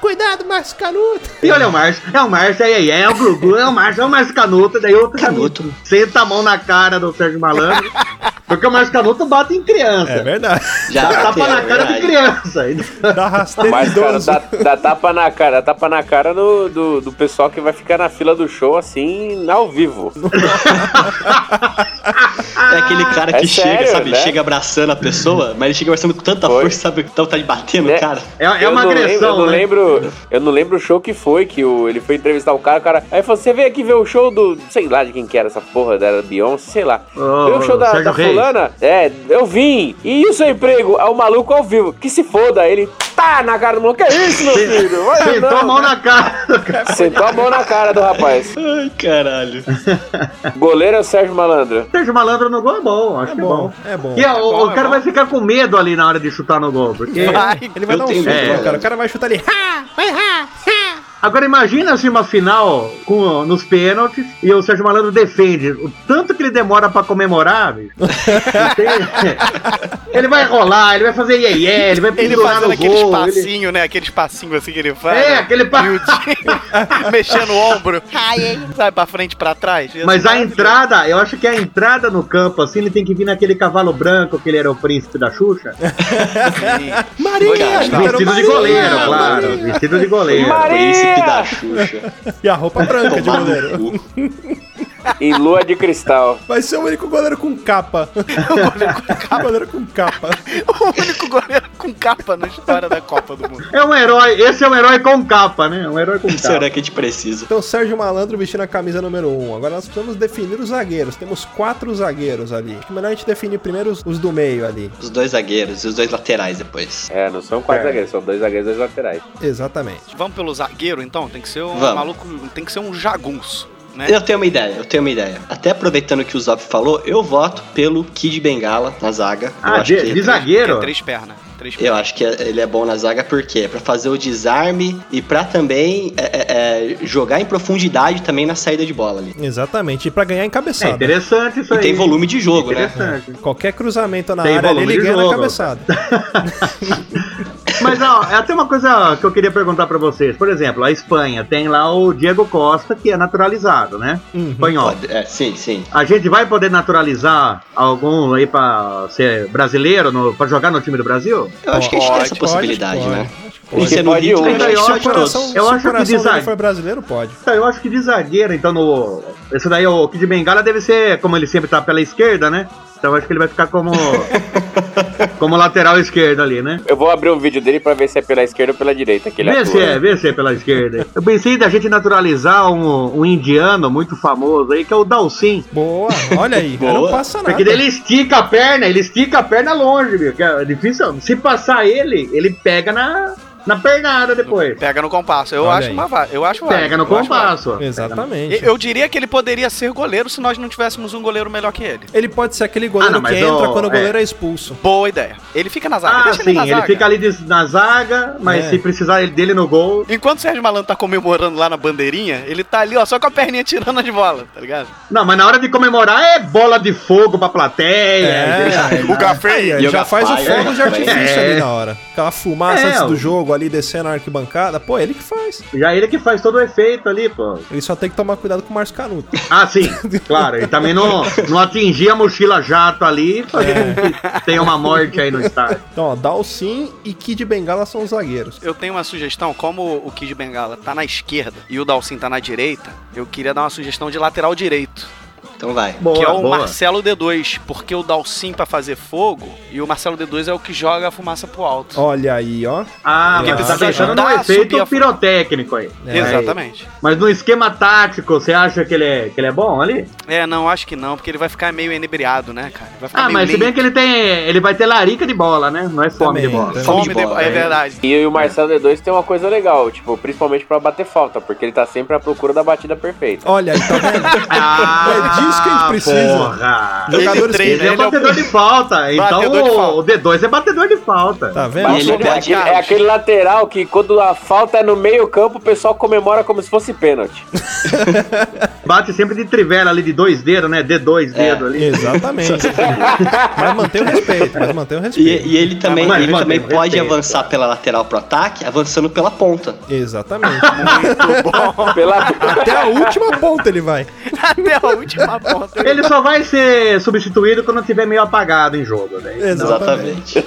Speaker 1: Cuidado, Márcio Canuto!
Speaker 5: E olha o Márcio, é o Márcio, aí, aí, é o Gugu, é o Márcio, é o Márcio Canuto, daí outro
Speaker 4: Canuto.
Speaker 5: amigo Senta a mão na cara do Sérgio Malandro, porque o Márcio Canuto bate em criança.
Speaker 1: É verdade.
Speaker 4: Já
Speaker 5: Dá tapa
Speaker 4: bateu,
Speaker 3: é
Speaker 5: na cara de
Speaker 4: verdade.
Speaker 5: criança.
Speaker 1: Dá rasteira em
Speaker 3: Mas, cara,
Speaker 1: idoso.
Speaker 3: dá, dá tapa na cara, dá tapa na cara no- do, do pessoal que vai ficar na fila do show, assim, ao vivo.
Speaker 4: É aquele cara
Speaker 5: Ah,
Speaker 3: É
Speaker 4: que
Speaker 3: sério,
Speaker 4: chega, sabe?
Speaker 3: né?
Speaker 4: Chega abraçando a pessoa, mas ele chega abraçando com tanta
Speaker 3: Foi.
Speaker 4: força, sabe? Que tá tá batendo,
Speaker 3: Né?
Speaker 4: cara.
Speaker 5: É, é
Speaker 3: Eu
Speaker 5: uma
Speaker 3: não
Speaker 5: agressão, né?
Speaker 3: lembro, eu não lembro, eu não lembro o show que foi que o, ele foi entrevistar o cara, o cara. Aí falou: "Você veio aqui ver o show do, sei lá de quem que era essa porra, era Beyoncé, sei lá.
Speaker 5: Ô,
Speaker 3: Viu o show da,
Speaker 5: Sérgio
Speaker 3: da
Speaker 5: Reis.
Speaker 3: fulana? É, eu vim. E o seu emprego? É o maluco ao vivo. Que se foda, aí ele tá na cara do maluco. Que isso, meu filho? Vai,
Speaker 5: Sentou
Speaker 3: não.
Speaker 5: a mão na cara.
Speaker 3: Sentou a mão na cara do rapaz.
Speaker 4: Ai, caralho.
Speaker 3: Goleiro é o Sérgio Malandro.
Speaker 5: Sérgio Malandro no gol é bom, acho
Speaker 1: É
Speaker 5: que é bom.
Speaker 1: bom, é bom.
Speaker 5: E ó, o,
Speaker 2: bom,
Speaker 5: o
Speaker 2: é
Speaker 5: cara
Speaker 2: bom.
Speaker 5: vai ficar com medo ali na hora de chutar no gol, porque...
Speaker 2: Vai.
Speaker 1: Ele vai
Speaker 4: Eu
Speaker 1: dar um
Speaker 4: tenho
Speaker 1: chute,
Speaker 5: medo.
Speaker 1: no cara. O cara vai chutar ali.
Speaker 5: Agora imagina se uma final com, nos pênaltis e o Sérgio Malandro defende. O tanto que ele demora pra comemorar, bicho. Não tem- ele vai rolar, ele vai fazer iê iê, ele vai
Speaker 2: Ele
Speaker 5: pendurar
Speaker 2: fazendo
Speaker 5: no
Speaker 2: aquele
Speaker 5: gol. ele-
Speaker 2: passinho, né? Aquele passinho assim que ele faz.
Speaker 5: É,
Speaker 2: né?
Speaker 5: aquele pa-
Speaker 2: Miudinho, Mexendo o ombro. Sai pra frente, pra trás.
Speaker 5: Mas a entrada, eu acho que a entrada no campo, assim, ele tem que vir naquele cavalo branco que ele era o príncipe da Xuxa.
Speaker 1: Maria! gritaram,
Speaker 2: Cara,
Speaker 5: Vestido de
Speaker 1: "Maria,
Speaker 5: goleiro,
Speaker 1: Maria".
Speaker 5: claro. Vestido de goleiro.
Speaker 3: Maria!
Speaker 4: Príncipe da Xuxa.
Speaker 1: E a roupa branca de
Speaker 4: Tomar
Speaker 1: goleiro.
Speaker 4: no
Speaker 5: Tá.
Speaker 4: cu.
Speaker 3: E lua de cristal.
Speaker 1: Vai ser o único goleiro com capa. o goleiro com capa.
Speaker 2: O único goleiro com capa na história da Copa do Mundo.
Speaker 5: É um herói, esse é um herói com capa, né? Um herói com
Speaker 4: Esse é o
Speaker 5: capa.
Speaker 4: que a gente precisa.
Speaker 1: Então, Sérgio Malandro vestindo a camisa número 1. Um. Agora nós precisamos definir os zagueiros. Temos quatro zagueiros ali. Acho que melhor a gente definir primeiro os, os do meio ali.
Speaker 4: Os dois zagueiros e os dois laterais depois.
Speaker 3: É, não são quatro
Speaker 1: É.
Speaker 3: zagueiros, são dois zagueiros e dois laterais.
Speaker 1: Exatamente.
Speaker 2: Vamos pelo zagueiro, então? Tem que ser um
Speaker 4: Vamos.
Speaker 2: maluco, tem que ser um jagunço, né?
Speaker 4: Eu tenho uma ideia, eu tenho uma ideia. Até aproveitando que o Zop falou, eu voto pelo Kid Bengala na zaga. Eu
Speaker 5: Ah,
Speaker 4: é acho
Speaker 5: de,
Speaker 4: que- é
Speaker 5: de zagueiro?
Speaker 2: Tem três pernas. Três pernas.
Speaker 4: Eu acho que ele é bom na zaga porque é pra fazer o desarme e pra também é, é, é, jogar em profundidade também na saída de bola ali.
Speaker 1: Exatamente. E pra ganhar
Speaker 5: É
Speaker 1: encabeçada.
Speaker 5: interessante isso
Speaker 4: né? E
Speaker 5: aí.
Speaker 4: tem volume de jogo, né?
Speaker 5: Interessante.
Speaker 1: Qualquer cruzamento na
Speaker 5: Tem
Speaker 1: área ali,
Speaker 5: volume
Speaker 1: ele
Speaker 5: de
Speaker 1: ganha na
Speaker 5: jogo.
Speaker 1: cabeçada.
Speaker 5: Mas ó, é até uma coisa que eu queria perguntar pra vocês. Por exemplo, a Espanha tem lá o Diego Costa, que é naturalizado, né?
Speaker 1: Uhum.
Speaker 5: Espanhol.
Speaker 4: Pode- é, sim, sim.
Speaker 5: A gente vai poder naturalizar algum aí pra ser brasileiro, no, pra jogar no time do Brasil?
Speaker 4: Eu acho que a gente tem essa
Speaker 1: Pode,
Speaker 4: possibilidade,
Speaker 1: pode,
Speaker 4: né?
Speaker 1: acho que
Speaker 4: E
Speaker 1: pode.
Speaker 3: Isso é
Speaker 4: sendo
Speaker 3: pode
Speaker 4: rico,
Speaker 3: hoje.
Speaker 4: a gente
Speaker 5: Então, Eu
Speaker 1: Se
Speaker 4: acha
Speaker 5: acho
Speaker 1: o
Speaker 4: de todos.
Speaker 1: coração, se
Speaker 5: eu
Speaker 1: o
Speaker 5: acho que
Speaker 1: coração dele
Speaker 5: design-
Speaker 1: for brasileiro, pode.
Speaker 5: Tá, Eu acho que de zagueiro, então, no. Esse daí, o Kid Bengala deve ser, como ele sempre tá pela esquerda, né? Então eu acho que ele vai ficar como. como lateral esquerdo ali, né?
Speaker 3: Eu vou abrir um vídeo dele pra ver se é pela esquerda ou pela direita que ele
Speaker 5: Vê se
Speaker 3: atua.
Speaker 2: né?
Speaker 5: é, vê se é pela esquerda. Eu pensei da gente naturalizar um, um indiano muito famoso aí, que é o Dalsin.
Speaker 1: Boa, olha aí. Não
Speaker 4: Boa.
Speaker 1: passa nada.
Speaker 5: Porque daí ele estica a perna, ele estica a perna longe, meu. que é difícil. Se passar ele, ele pega na, na pernada depois.
Speaker 2: Pega no compasso. Eu
Speaker 1: Olha
Speaker 2: acho
Speaker 1: aí.
Speaker 2: uma va- Eu acho válido,
Speaker 5: Pega no
Speaker 2: eu acho é. válido.
Speaker 5: compasso. ó.
Speaker 1: Exatamente.
Speaker 2: Eu eu diria que ele poderia ser goleiro se nós não tivéssemos um goleiro melhor que ele.
Speaker 1: Ele pode ser aquele
Speaker 5: Ah,
Speaker 1: goleiro
Speaker 5: não,
Speaker 1: que
Speaker 5: mas,
Speaker 1: entra
Speaker 5: ó,
Speaker 1: quando o
Speaker 5: é.
Speaker 1: goleiro é expulso.
Speaker 2: Boa ideia. Ele fica na zaga.
Speaker 5: Ah,
Speaker 2: Deixa ele
Speaker 5: sim,
Speaker 2: na
Speaker 5: ele,
Speaker 2: zaga.
Speaker 5: fica ali de- na zaga, mas
Speaker 1: É.
Speaker 5: se precisar dele no gol,
Speaker 2: Enquanto o Sérgio Malandro tá comemorando lá na bandeirinha, ele tá ali, ó, só com a perninha tirando as bolas, tá ligado?
Speaker 5: Não, mas na hora de comemorar é bola de fogo pra plateia.
Speaker 1: É.
Speaker 5: entendeu?
Speaker 1: o café já
Speaker 4: Yoga
Speaker 1: faz o
Speaker 4: Fire,
Speaker 1: fogo de
Speaker 4: é.
Speaker 1: artifício ali na hora. Aquela fumaça
Speaker 5: É,
Speaker 1: antes do
Speaker 5: o-
Speaker 1: jogo ali descendo na arquibancada, pô, ele que faz.
Speaker 5: Tipo, Já é ele que faz todo o efeito ali, pô.
Speaker 1: Ele só tem que tomar cuidado com o Márcio Canuto.
Speaker 5: Ah, sim, claro. E também não, não atingir a mochila jato ali e fazer
Speaker 1: É.
Speaker 5: com que tenha uma morte aí no estádio.
Speaker 1: Então, ó, Dalsin e Kid Bengala são os zagueiros.
Speaker 2: Eu tenho uma sugestão, como o Kid Bengala tá na esquerda e o Dalcin tá na direita, eu queria dar uma sugestão de lateral direito,
Speaker 4: Então vai.
Speaker 5: Boa,
Speaker 2: que é o
Speaker 5: boa.
Speaker 2: Marcelo D2, porque o Dalcin pra fazer fogo e o Marcelo D2 é o que joga a fumaça pro alto.
Speaker 1: Olha aí, ó.
Speaker 5: Ah,
Speaker 1: Porque
Speaker 5: mas você tá
Speaker 1: precisa
Speaker 5: pensando no
Speaker 2: ajudar a subir
Speaker 5: efeito
Speaker 2: a-
Speaker 5: pirotécnico aí.
Speaker 1: É.
Speaker 2: Exatamente.
Speaker 5: Mas no esquema tático, você acha que ele é, que ele é bom ali?
Speaker 2: É, não, acho que não, porque ele vai ficar meio enebriado, né, cara? Vai ficar
Speaker 5: Ah,
Speaker 2: meio
Speaker 5: mas se bem que ele tem. Ele vai ter larica de bola, né? Não é fome
Speaker 1: Também,
Speaker 5: de bola.
Speaker 1: também.
Speaker 2: fome
Speaker 4: Fome de
Speaker 2: de-
Speaker 4: bola,
Speaker 2: É
Speaker 4: né?
Speaker 2: verdade.
Speaker 3: E o Marcelo D2 tem uma coisa legal, tipo, principalmente pra bater falta, porque ele tá sempre à procura da batida perfeita.
Speaker 1: Olha aí, tá vendo?
Speaker 5: Ah,
Speaker 1: É disso que a gente precisa.
Speaker 5: Porra.
Speaker 1: Jogadores que-
Speaker 2: treina,
Speaker 5: Ele é
Speaker 2: Ele é o-
Speaker 5: batedor de falta. Então
Speaker 2: Batedor de falta.
Speaker 5: o D2 é batedor de falta.
Speaker 1: Tá
Speaker 3: Batida
Speaker 1: vendo?
Speaker 4: Ele-
Speaker 3: de-
Speaker 2: perde
Speaker 3: aquele-
Speaker 2: carros.
Speaker 3: é aquele lateral que quando a falta é no meio campo, o pessoal comemora como se fosse pênalti.
Speaker 5: Bate sempre de trivela ali, de dois dedos, né? De dois dedos ali.
Speaker 1: Exatamente. mas mantém o respeito, mas mantém o
Speaker 4: E,
Speaker 1: respeito.
Speaker 4: e ele também,
Speaker 5: mas
Speaker 4: ele
Speaker 5: mantém
Speaker 4: também
Speaker 5: o
Speaker 4: pode
Speaker 5: respeito.
Speaker 4: avançar pela lateral pro ataque, avançando pela ponta.
Speaker 1: Exatamente.
Speaker 3: Pela...
Speaker 1: Até a última ponta ele vai.
Speaker 2: Até É a última ponta.
Speaker 5: Ele só vai ser substituído quando tiver meio apagado em jogo, né?
Speaker 4: Exatamente.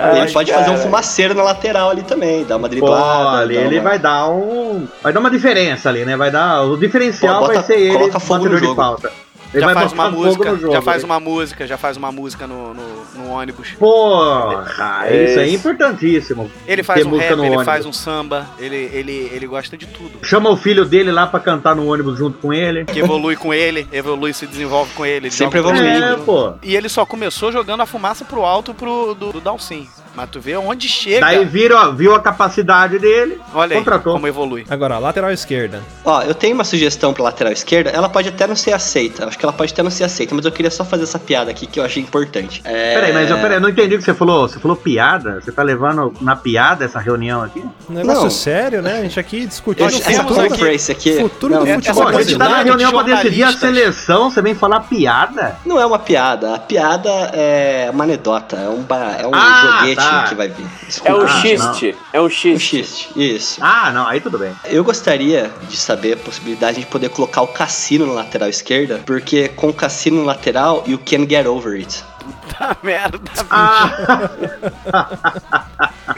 Speaker 3: Ai,
Speaker 4: ele pode fazer um
Speaker 3: cara.
Speaker 4: fumaceiro na lateral ali também, dar uma driblada.
Speaker 5: Olha,
Speaker 4: dar
Speaker 5: ele
Speaker 4: uma-
Speaker 5: vai dar um. Vai dar uma diferença ali, né? Vai dar. O diferencial
Speaker 4: Pô, bota-
Speaker 5: vai ser ele
Speaker 4: coloca fogo
Speaker 5: batedor
Speaker 4: no jogo.
Speaker 5: de falta. Ele
Speaker 2: já
Speaker 5: vai
Speaker 2: faz uma
Speaker 5: botar fogo
Speaker 2: música,
Speaker 5: no jogo,
Speaker 2: já faz
Speaker 5: né?
Speaker 2: uma música, já faz uma música no, no- no ônibus.
Speaker 5: Porra, isso é importantíssimo.
Speaker 2: Ele faz
Speaker 5: Ter
Speaker 2: um
Speaker 5: música
Speaker 2: rap,
Speaker 5: no
Speaker 2: ele
Speaker 5: ônibus.
Speaker 2: faz um samba, ele, ele, ele gosta de tudo.
Speaker 5: Chama o filho dele lá pra cantar no ônibus junto com ele.
Speaker 2: Que evolui com ele, evolui se desenvolve com ele. ele
Speaker 4: Sempre
Speaker 2: joga com
Speaker 4: evoluindo.
Speaker 2: ele.
Speaker 5: É, pô.
Speaker 2: E ele só começou jogando a fumaça pro alto pro, do, do Dalsim. Mas tu vê onde chega.
Speaker 5: Daí viram, ó, viu a capacidade dele.
Speaker 2: Olha aí
Speaker 5: contratou.
Speaker 2: como evolui.
Speaker 1: Agora, a lateral esquerda.
Speaker 4: Ó, eu tenho uma sugestão pra lateral esquerda, ela pode até não ser aceita, acho que ela pode até não ser aceita, mas eu queria só fazer essa piada aqui que eu achei importante. É...
Speaker 5: Peraí, mas ó, peraí, eu não entendi o que você falou. Você falou piada? Você tá levando na piada essa reunião aqui?
Speaker 1: Um negócio
Speaker 4: Não.
Speaker 1: sério, né? A gente aqui discutindo
Speaker 2: Nós
Speaker 4: Esse, essa
Speaker 2: temos
Speaker 1: futuro,
Speaker 4: Tom
Speaker 2: aqui-
Speaker 4: Cruise aqui
Speaker 1: futuro
Speaker 4: não,
Speaker 1: do
Speaker 2: essa
Speaker 1: futebol
Speaker 5: Pô, a gente tá
Speaker 1: brasileiro.
Speaker 5: na
Speaker 2: quantidade
Speaker 5: reunião
Speaker 2: de
Speaker 5: pra decidir a
Speaker 2: jornalistas.
Speaker 5: seleção, você vem falar piada?
Speaker 4: não é uma piada, a piada é uma anedota, é um, ba- é um
Speaker 5: Ah,
Speaker 4: joguete
Speaker 5: tá.
Speaker 4: que vai vir.
Speaker 3: É
Speaker 4: Desculpa.
Speaker 3: um
Speaker 5: Ah,
Speaker 3: xiste. É um
Speaker 4: Um
Speaker 3: xiste.
Speaker 4: xiste, isso.
Speaker 5: Ah, não, aí tudo bem.
Speaker 4: Eu gostaria de saber a possibilidade de poder colocar o cassino na lateral esquerda, porque com o cassino na lateral, you can get over it.
Speaker 2: Tá merda.
Speaker 5: Ah,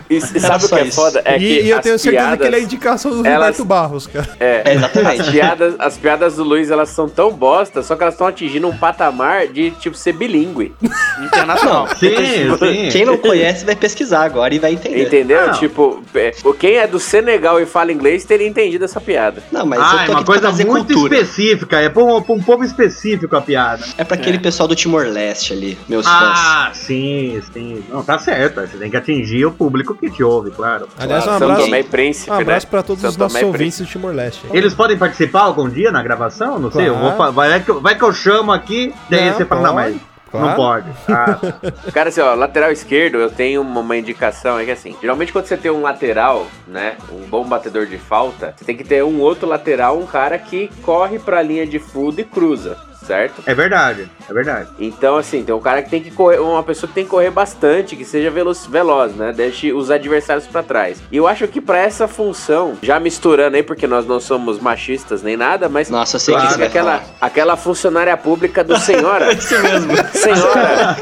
Speaker 3: E s- sabe o que
Speaker 4: só
Speaker 3: é
Speaker 4: isso.
Speaker 3: foda? É
Speaker 1: e,
Speaker 3: que
Speaker 1: e eu
Speaker 3: as
Speaker 1: tenho certeza
Speaker 3: piadas,
Speaker 1: que ele é a indicação do
Speaker 3: elas-
Speaker 1: Roberto Barros, cara.
Speaker 3: é,
Speaker 4: É, exatamente.
Speaker 3: as piadas, as piadas do Luiz, elas são tão bosta, só que elas estão atingindo um patamar de, tipo, ser bilíngue.
Speaker 2: Internacional.
Speaker 5: sim, sim.
Speaker 4: Quem não conhece vai pesquisar agora e vai entender.
Speaker 3: Entendeu?
Speaker 5: Não.
Speaker 3: Tipo, é, o- quem é do Senegal e fala inglês teria entendido essa piada.
Speaker 4: Não, mas
Speaker 5: Ah,
Speaker 4: eu
Speaker 5: é
Speaker 4: tô
Speaker 5: uma
Speaker 4: aqui pra
Speaker 5: coisa
Speaker 4: trazer
Speaker 5: muito
Speaker 4: cultura.
Speaker 5: específica, é pra um, pra um povo específico a piada.
Speaker 4: É pra aquele pessoal do Timor-Leste ali, meus fãs.
Speaker 5: Ah, sim, sim. Não, tá certo, você tem que atingir o público que te ouve, claro.
Speaker 1: Aliás, um
Speaker 3: São
Speaker 1: abraço,
Speaker 3: Tomé e Príncipe,
Speaker 1: um abraço
Speaker 3: né?
Speaker 1: pra todos
Speaker 3: São
Speaker 1: os nossos
Speaker 3: Tomé e
Speaker 1: ouvintes do Timor-Leste.
Speaker 5: Eles podem participar algum dia na gravação? Não sei, eu vou, fa-
Speaker 1: Claro.
Speaker 5: vai, que eu, vai que eu chamo aqui, daí
Speaker 1: Não,
Speaker 5: você fala, não, mas
Speaker 1: pode, claro.
Speaker 5: não pode. Ah,
Speaker 3: Cara, assim, ó, lateral esquerdo, eu tenho uma, uma indicação, é que assim, geralmente quando você tem um lateral, né, um bom batedor de falta, você tem que ter um outro lateral, um cara que corre pra linha de fundo e cruza, certo?
Speaker 5: é verdade, é verdade.
Speaker 3: Então, assim, tem um cara que tem que correr, uma pessoa que tem que correr bastante, que seja velo- veloz, né? Deixe os adversários pra trás. E eu acho que pra essa função, já misturando aí, porque nós não somos machistas nem nada, mas
Speaker 4: Nossa, eu sei
Speaker 5: Claro,
Speaker 4: que é
Speaker 3: Sabe
Speaker 4: você vai
Speaker 3: aquela,
Speaker 4: falar.
Speaker 3: aquela funcionária pública do senhora?
Speaker 4: Isso mesmo.
Speaker 3: senhora,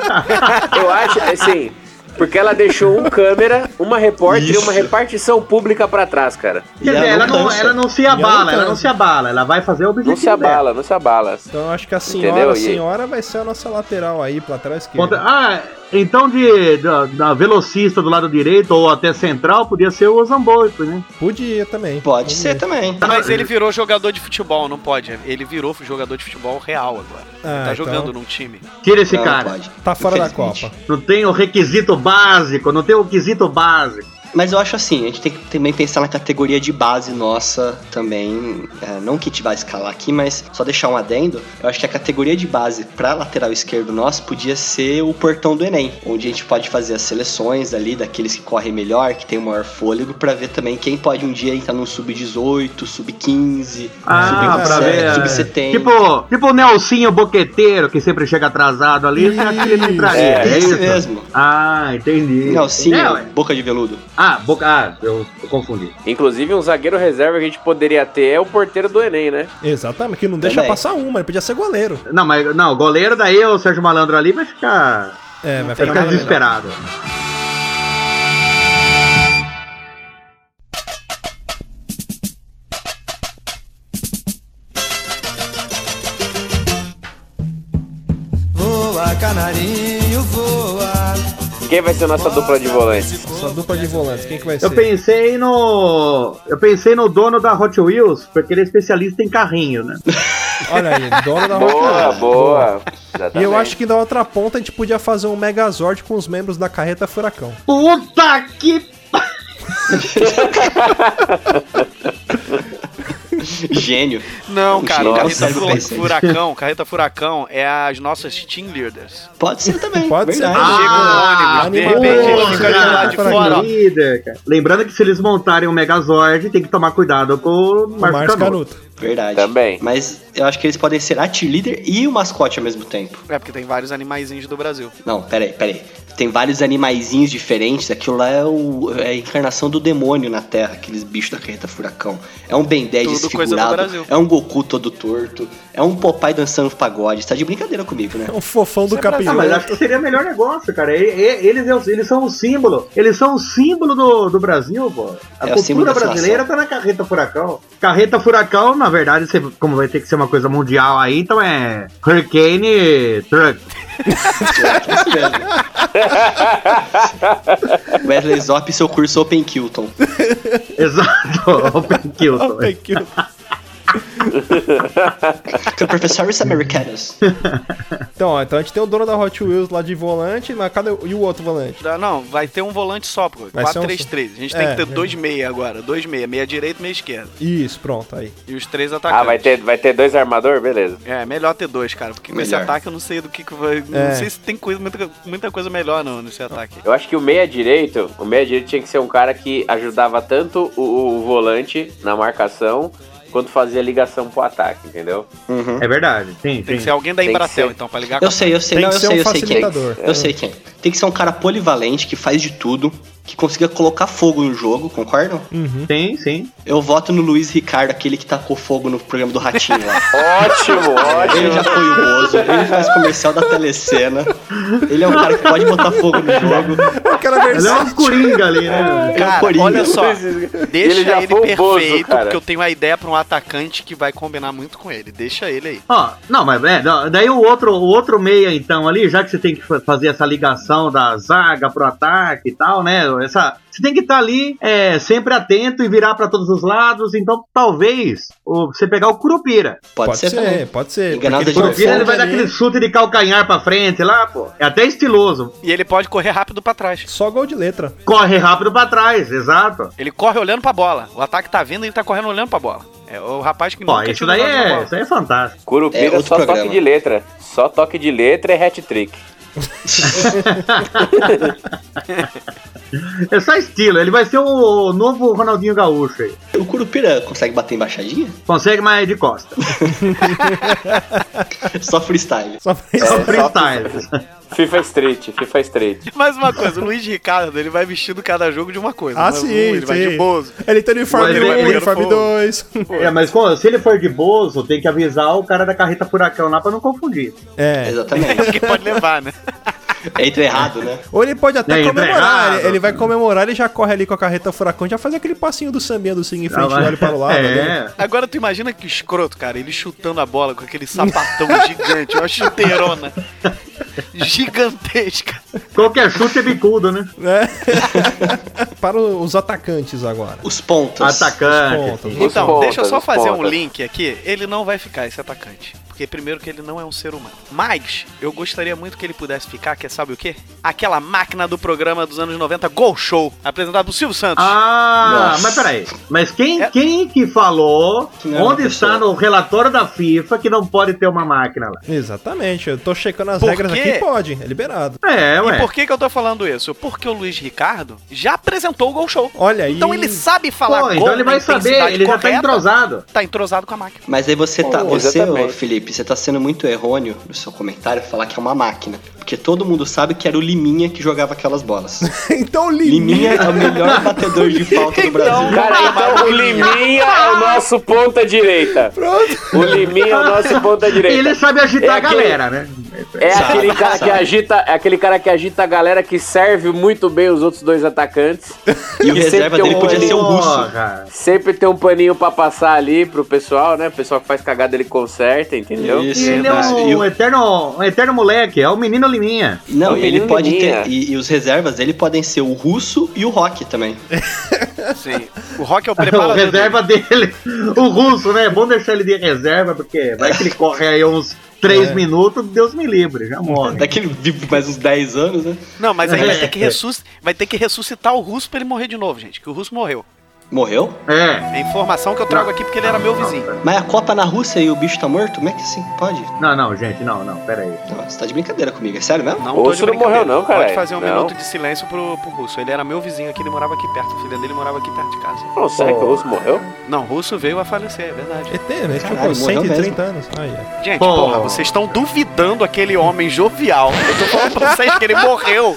Speaker 3: eu acho, assim, porque ela deixou um câmera, uma repórter e
Speaker 4: Isso.
Speaker 3: uma repartição pública pra trás, cara.
Speaker 5: Quer
Speaker 4: E
Speaker 5: dizer, ela
Speaker 4: ela não
Speaker 5: não,
Speaker 4: cansa.
Speaker 5: ela não se
Speaker 1: ela não
Speaker 5: abala, ela
Speaker 1: cansa.
Speaker 5: não se abala, ela vai fazer o objetivo
Speaker 3: Não se
Speaker 5: dela.
Speaker 3: abala, não se abala.
Speaker 1: Então eu acho que a
Speaker 3: Entendeu?
Speaker 1: senhora, a
Speaker 3: E-
Speaker 1: senhora vai ser a nossa lateral aí, pra lateral
Speaker 5: Contra-
Speaker 1: esquerda.
Speaker 5: Ah, então de, da, da velocista do lado direito ou até central podia ser o Ozamboito, né?
Speaker 1: Podia também.
Speaker 4: Pode ser também.
Speaker 5: Tá
Speaker 2: Mas ele virou jogador de futebol, não pode. Ele virou jogador de futebol real agora.
Speaker 1: Ah,
Speaker 2: tá
Speaker 1: então,
Speaker 2: jogando num time.
Speaker 5: Tira esse
Speaker 4: Não,
Speaker 5: cara.
Speaker 4: pode.
Speaker 1: Tá fora da
Speaker 4: Infelizmente.
Speaker 1: Copa.
Speaker 5: Não tem o requisito básico, não tem o quesito básico.
Speaker 4: Mas eu acho assim, a gente tem que também pensar na categoria de base nossa também. é, não que a gente vai escalar aqui, mas só deixar um adendo. Eu acho que a categoria de base pra lateral esquerdo nosso podia ser o portão do Enem, onde a gente pode fazer as seleções ali daqueles que correm melhor, que tem o maior fôlego, pra ver também quem pode um dia entrar no sub-18, sub-15,
Speaker 5: Ah,
Speaker 1: Sub-17,
Speaker 5: pra ver. é.
Speaker 4: sub-70.
Speaker 5: Tipo, tipo o Nelsinho Boqueteiro, que sempre chega atrasado ali,
Speaker 1: Isso.
Speaker 5: aquele ele entraria.
Speaker 3: É,
Speaker 5: É,
Speaker 4: esse
Speaker 5: isso?
Speaker 4: mesmo.
Speaker 5: Ah, entendi.
Speaker 4: Não, sim,
Speaker 5: É, ué.
Speaker 4: boca de veludo.
Speaker 5: ah, boca, ah, eu, eu confundi.
Speaker 3: Inclusive, um zagueiro reserva que a gente poderia ter é o porteiro do Enem, né?
Speaker 1: Exatamente, que não deixa
Speaker 4: Também.
Speaker 1: passar uma, ele podia ser goleiro.
Speaker 5: Não, mas não, goleiro daí o Sérgio Malandro ali vai ficar,
Speaker 1: É, vai ficar
Speaker 5: vai ficar
Speaker 1: mais legal.
Speaker 5: desesperado.
Speaker 3: Quem vai ser nossa dupla de volantes?
Speaker 1: Essa dupla de volantes, quem que vai
Speaker 5: Eu
Speaker 1: ser?
Speaker 5: pensei no. Eu pensei no dono da Hot Wheels, porque ele é especialista em carrinho, né?
Speaker 1: Olha aí, dono da
Speaker 3: Boa,
Speaker 1: Rocket.
Speaker 3: boa.
Speaker 1: E eu acho que da outra ponta a gente podia fazer um Megazord com os membros da carreta Furacão.
Speaker 5: Puta que.
Speaker 4: Gênio.
Speaker 2: Não, cara,
Speaker 3: Nossa,
Speaker 2: carreta
Speaker 4: eu
Speaker 2: Fura-
Speaker 4: pensei.
Speaker 2: furacão, carreta furacão é as nossas team leaders.
Speaker 4: Pode ser também.
Speaker 1: Pode ser.
Speaker 4: verdade.
Speaker 2: Ah, chega um ônibus, de repente ele
Speaker 5: porra,
Speaker 2: fica ali do lado de
Speaker 5: cara,
Speaker 2: fora, ó.
Speaker 5: líder, cara. Lembrando que se eles montarem um Megazord, tem que tomar cuidado com o
Speaker 1: O Márcio
Speaker 5: Marcos Canuto.
Speaker 1: Canuto.
Speaker 4: Verdade.
Speaker 3: Também.
Speaker 4: Mas eu acho que eles podem ser a cheerleader e o mascote ao mesmo tempo.
Speaker 2: É porque tem vários animaizinhos do Brasil.
Speaker 4: Não, peraí, peraí. Tem vários animaizinhos diferentes. Aquilo lá é, o- é a encarnação do demônio na Terra, aqueles bichos da carreta furacão. É um Ben 10
Speaker 2: Tudo coisa do Brasil.
Speaker 4: desfigurado. É um Goku todo torto. É um Popeye dançando pagode. Tá de brincadeira comigo, né?
Speaker 1: É um fofão do
Speaker 2: Isso é pra-
Speaker 5: Ah, mas
Speaker 1: capinhoto.
Speaker 5: acho que seria melhor negócio, cara. E- e- Eles, é o- eles são o símbolo. Eles são o símbolo do, do Brasil, pô. A
Speaker 4: É o símbolo da seleção.
Speaker 5: cultura brasileira tá na carreta furacão. Carreta furacão, na verdade, você- como vai ter que ser uma coisa mundial aí, então é Hurricane Truck.
Speaker 4: é Isso mesmo. Wesley Zop e seu curso Open Kilton.
Speaker 5: Exato, Open Kilton.
Speaker 1: Ai, que-
Speaker 4: Que professores é americanos.
Speaker 1: Então, ó, então a gente tem o dono da Hot Wheels lá de volante, mas cadê o- e o outro volante?
Speaker 2: Dá- Não, vai ter um volante só, pô.
Speaker 1: Vai ser um
Speaker 2: 4-3-3. A gente
Speaker 1: É,
Speaker 2: tem que ter
Speaker 1: verdade.
Speaker 2: dois meia agora. Dois meia. Meia direita e meia esquerda.
Speaker 1: Isso, pronto, aí.
Speaker 2: E os três atacantes.
Speaker 3: Ah, vai ter, vai ter dois armador? Beleza.
Speaker 2: É, melhor ter dois, cara. Porque com esse
Speaker 4: Melhor.
Speaker 2: ataque eu não sei do que, que vai.
Speaker 1: É.
Speaker 2: Não sei se tem coisa, muita, muita coisa melhor não, nesse ataque.
Speaker 3: Eu acho que o meia direito, o meia direito tinha que ser um cara que ajudava tanto o, o volante na marcação quanto fazia ligação pro ataque, entendeu?
Speaker 4: Uhum.
Speaker 5: É verdade, sim,
Speaker 2: Tem que
Speaker 5: sim.
Speaker 2: ser alguém da
Speaker 3: Tem que
Speaker 2: Embratel,
Speaker 3: ser.
Speaker 2: então, pra ligar
Speaker 4: Eu sei, eu sei,
Speaker 1: Tem
Speaker 4: não,
Speaker 1: que
Speaker 4: eu
Speaker 1: ser
Speaker 4: sei,
Speaker 1: um
Speaker 4: eu sei quem. é.
Speaker 1: facilitador.
Speaker 4: Eu sei quem. Tem que ser um cara polivalente que faz de tudo, que consiga colocar fogo no jogo, concordam?
Speaker 1: Uhum.
Speaker 5: Sim, sim.
Speaker 4: Eu voto no Luiz Ricardo, aquele que tacou fogo no programa do Ratinho lá.
Speaker 3: Ótimo,
Speaker 4: Ele já
Speaker 3: ótimo.
Speaker 4: foi o Bozo, ele faz comercial da telecena. Ele é um cara que pode botar fogo no jogo.
Speaker 1: Eu quero ver
Speaker 5: Ele é um coringa ali, né?
Speaker 4: É um
Speaker 2: Cara,
Speaker 4: coringa.
Speaker 2: olha só, deixa
Speaker 3: Ele já
Speaker 2: ele,
Speaker 3: foi o
Speaker 2: perfeito,
Speaker 3: Bozo, cara.
Speaker 2: porque eu tenho uma ideia pra um atacante que vai combinar muito com ele. Deixa ele aí.
Speaker 5: Ó, não, mas é, não, daí o outro, o outro meia, então, ali, já que você tem que fa- fazer essa ligação da zaga pro ataque e tal, né? Essa, você tem que estar ali é, sempre atento e virar pra todos os lados. Então, talvez o- você pegar o Curupira.
Speaker 4: Pode, ser, também.
Speaker 1: pode ser.
Speaker 4: Enganado
Speaker 1: porque
Speaker 4: de
Speaker 1: ele
Speaker 5: Curupira
Speaker 4: Fonte
Speaker 5: ele vai dar
Speaker 1: ali,
Speaker 5: aquele chute de calcanhar pra frente lá, pô. É até estiloso.
Speaker 2: E ele pode correr rápido pra trás.
Speaker 1: Só gol de letra.
Speaker 5: Corre rápido pra trás, exato.
Speaker 2: Ele corre olhando pra bola. O ataque tá vindo e ele tá correndo olhando pra bola. É o rapaz que
Speaker 5: Ó,
Speaker 2: nunca
Speaker 5: isso
Speaker 2: tirou
Speaker 5: daí
Speaker 2: nada na
Speaker 5: é,
Speaker 2: bola.
Speaker 5: isso aí é fantástico.
Speaker 3: Curupira
Speaker 4: É, outro
Speaker 3: só toque
Speaker 4: programa.
Speaker 3: de letra. Só toque de letra é hat-trick.
Speaker 5: É só estilo. Ele vai ser o novo Ronaldinho Gaúcho aí.
Speaker 4: O Curupira consegue bater embaixadinha?
Speaker 5: Consegue, mas é de costa.
Speaker 4: Só freestyle.
Speaker 1: É, Só fez.
Speaker 5: Só É freestyle.
Speaker 3: FIFA Street, FIFA Street.
Speaker 2: Mais uma coisa, o Luiz Ricardo, ele vai vestido cada jogo de uma coisa.
Speaker 1: Ah,
Speaker 2: Não é
Speaker 1: sim,
Speaker 2: um, ele vai
Speaker 1: sim.
Speaker 2: de Bozo.
Speaker 1: Ele tem uniforme
Speaker 5: Mas
Speaker 1: 1,
Speaker 5: ele- ele
Speaker 1: uniforme
Speaker 2: foi-
Speaker 1: 2.
Speaker 5: É, mas pô, se ele for de Bozo, tem que avisar o cara da carreta furacão lá pra não confundir.
Speaker 1: É.
Speaker 4: Exatamente.
Speaker 2: Porque pode levar, né?
Speaker 4: Entra errado, né?
Speaker 1: Ou ele pode até
Speaker 5: É,
Speaker 1: comemorar.
Speaker 5: entregado.
Speaker 1: Ele, ele vai comemorar, ele já corre ali com a carreta furacão, já faz aquele passinho do sambinha do Sing em
Speaker 4: Tá
Speaker 1: frente, olha para o lado. ali.
Speaker 5: Ah, É.
Speaker 2: Agora tu imagina que escroto, cara, ele chutando a bola com aquele sapatão gigante, uma chuteirona gigantesca.
Speaker 5: Qualquer chute é bicudo, né?
Speaker 1: Né? para os atacantes agora.
Speaker 4: Os pontos. Ah,
Speaker 5: Atacante.
Speaker 1: Pontos.
Speaker 3: Os
Speaker 2: Então,
Speaker 3: pontas,
Speaker 2: deixa eu só
Speaker 3: os
Speaker 2: fazer um
Speaker 3: pontas.
Speaker 2: link aqui. Ele não vai ficar esse atacante. Porque primeiro que ele não é um ser humano. Mas eu gostaria muito que ele pudesse ficar, que é sabe o quê? Aquela máquina do programa dos anos 90, Gol Show, apresentado por Silvio Santos.
Speaker 5: Ah,
Speaker 4: Nossa.
Speaker 5: mas peraí. Mas quem,
Speaker 2: É.
Speaker 5: quem que falou
Speaker 4: Que não era uma
Speaker 5: onde está
Speaker 4: pessoa.
Speaker 5: no relatório da FIFA que não pode ter uma máquina lá?
Speaker 1: Exatamente. Eu tô checando as
Speaker 2: Por
Speaker 1: regras
Speaker 2: quê?
Speaker 1: aqui, pode, é liberado.
Speaker 5: É,
Speaker 2: E
Speaker 5: ué.
Speaker 2: por que, que eu tô falando isso? Porque o Luiz Ricardo já apresentou o Gol Show.
Speaker 1: Olha aí.
Speaker 2: Então ele sabe falar
Speaker 5: Pô,
Speaker 2: gol
Speaker 5: então ele
Speaker 2: na
Speaker 5: vai saber,
Speaker 2: intensidade
Speaker 5: ele já tá
Speaker 2: correta,
Speaker 5: entrosado.
Speaker 2: tá entrosado com a máquina.
Speaker 4: Mas aí você tá.
Speaker 3: Pô,
Speaker 4: você,
Speaker 3: exatamente.
Speaker 4: ô, Felipe, você tá sendo muito errôneo no seu comentário falar que é uma máquina. Porque todo mundo sabe que era o Liminha que jogava aquelas bolas.
Speaker 1: então o
Speaker 4: Liminha
Speaker 1: Liminha.
Speaker 4: é o melhor batedor de falta do Brasil.
Speaker 3: Cara, então o Liminha é o nosso ponta direita. O Liminha é o nosso ponta direita.
Speaker 5: Ele sabe agitar
Speaker 3: É
Speaker 5: a
Speaker 3: aquele-
Speaker 5: galera, né?
Speaker 3: É aquele
Speaker 4: Sabe,
Speaker 3: cara que
Speaker 4: sabe.
Speaker 3: agita, é aquele cara que agita a galera que serve muito bem os outros dois atacantes.
Speaker 4: E o
Speaker 3: que
Speaker 4: reserva
Speaker 3: sempre
Speaker 4: dele
Speaker 3: tem um
Speaker 4: podia ser o
Speaker 3: paninho-
Speaker 4: Russo.
Speaker 5: Porra.
Speaker 3: Sempre tem um paninho pra passar ali pro pessoal, né? O pessoal que faz cagada ele conserta, entendeu?
Speaker 4: Isso,
Speaker 5: Ele é
Speaker 4: verdade. E
Speaker 5: um,
Speaker 4: o-
Speaker 5: eterno, um eterno moleque, é o menino Liminha.
Speaker 4: Não,
Speaker 3: Olha,
Speaker 4: ele
Speaker 3: ele
Speaker 4: pode
Speaker 3: Liminha.
Speaker 4: ter. E, e os reservas dele podem ser o russo e o rock também.
Speaker 2: Sim. O Rock é o
Speaker 5: O
Speaker 2: preparador.
Speaker 5: reserva dele, o russo, né? É bom deixar ele de reserva, porque vai que ele corre aí uns 3 minutos, Deus me livre, já morre.
Speaker 4: Daqui ele vive mais uns 10 anos, né?
Speaker 5: É.
Speaker 2: dele. Não, mas aí vai ter, que ressusc- vai ter que ressuscitar o russo pra ele morrer de novo, gente. Que o russo morreu.
Speaker 4: Morreu?
Speaker 5: É.
Speaker 2: É informação que eu trago aqui porque ele era meu vizinho.
Speaker 4: Mas a Copa na Rússia e o bicho tá morto? Como é que assim? Pode?
Speaker 5: Não, não, gente, não, não, pera aí.
Speaker 4: Não, você tá de brincadeira comigo, é sério mesmo?
Speaker 2: Não
Speaker 3: O
Speaker 2: tô
Speaker 3: Russo
Speaker 2: de
Speaker 3: não
Speaker 2: brincadeira.
Speaker 3: morreu não, cara.
Speaker 2: Pode fazer um
Speaker 3: Não.
Speaker 2: minuto de silêncio pro, pro Russo. Ele era meu vizinho aqui, ele morava aqui perto. A filha dele morava aqui perto de casa.
Speaker 3: Não, será que o Russo morreu?
Speaker 2: Não, o Russo veio a falecer, é verdade.
Speaker 1: ET, né? Tipo,
Speaker 4: Caralho, morreu
Speaker 1: 130 anos. Aí, ó.
Speaker 2: Gente,
Speaker 5: Pô.
Speaker 2: porra, vocês estão duvidando aquele homem jovial. Eu tô falando pra vocês que ele morreu.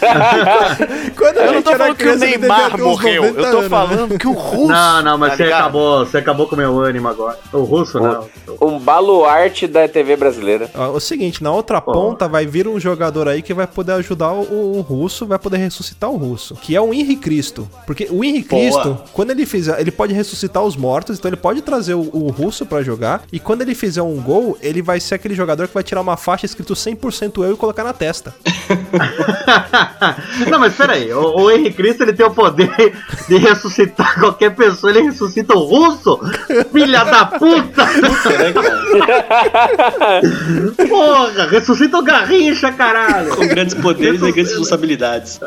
Speaker 1: Quando
Speaker 2: Eu não tô falando que o Neymar morreu. Eu tô falando que o Russo.
Speaker 5: Não, não, mas
Speaker 2: tá
Speaker 5: você
Speaker 2: ligado?
Speaker 5: acabou, você acabou com o meu ânimo agora. O russo não.
Speaker 3: Um baluarte da TV brasileira.
Speaker 1: é o seguinte, na outra ponta vai vir um jogador aí que vai poder ajudar o, o russo, vai poder ressuscitar o russo, que é o Henri Cristo. Porque o Henri
Speaker 4: Boa.
Speaker 1: Cristo, quando ele fizer, ele pode ressuscitar os mortos, então ele pode trazer o, o russo pra jogar. E quando ele fizer um gol, ele vai ser aquele jogador que vai tirar uma faixa escrito 100% eu e colocar na testa.
Speaker 5: não, mas peraí, o, o Henrique Cristo ele tem o poder de ressuscitar qualquer pessoa, ele ressuscita o russo? Filha da puta! Porra, ressuscita o Garrincha, caralho!
Speaker 4: Com grandes poderes e grandes responsabilidades.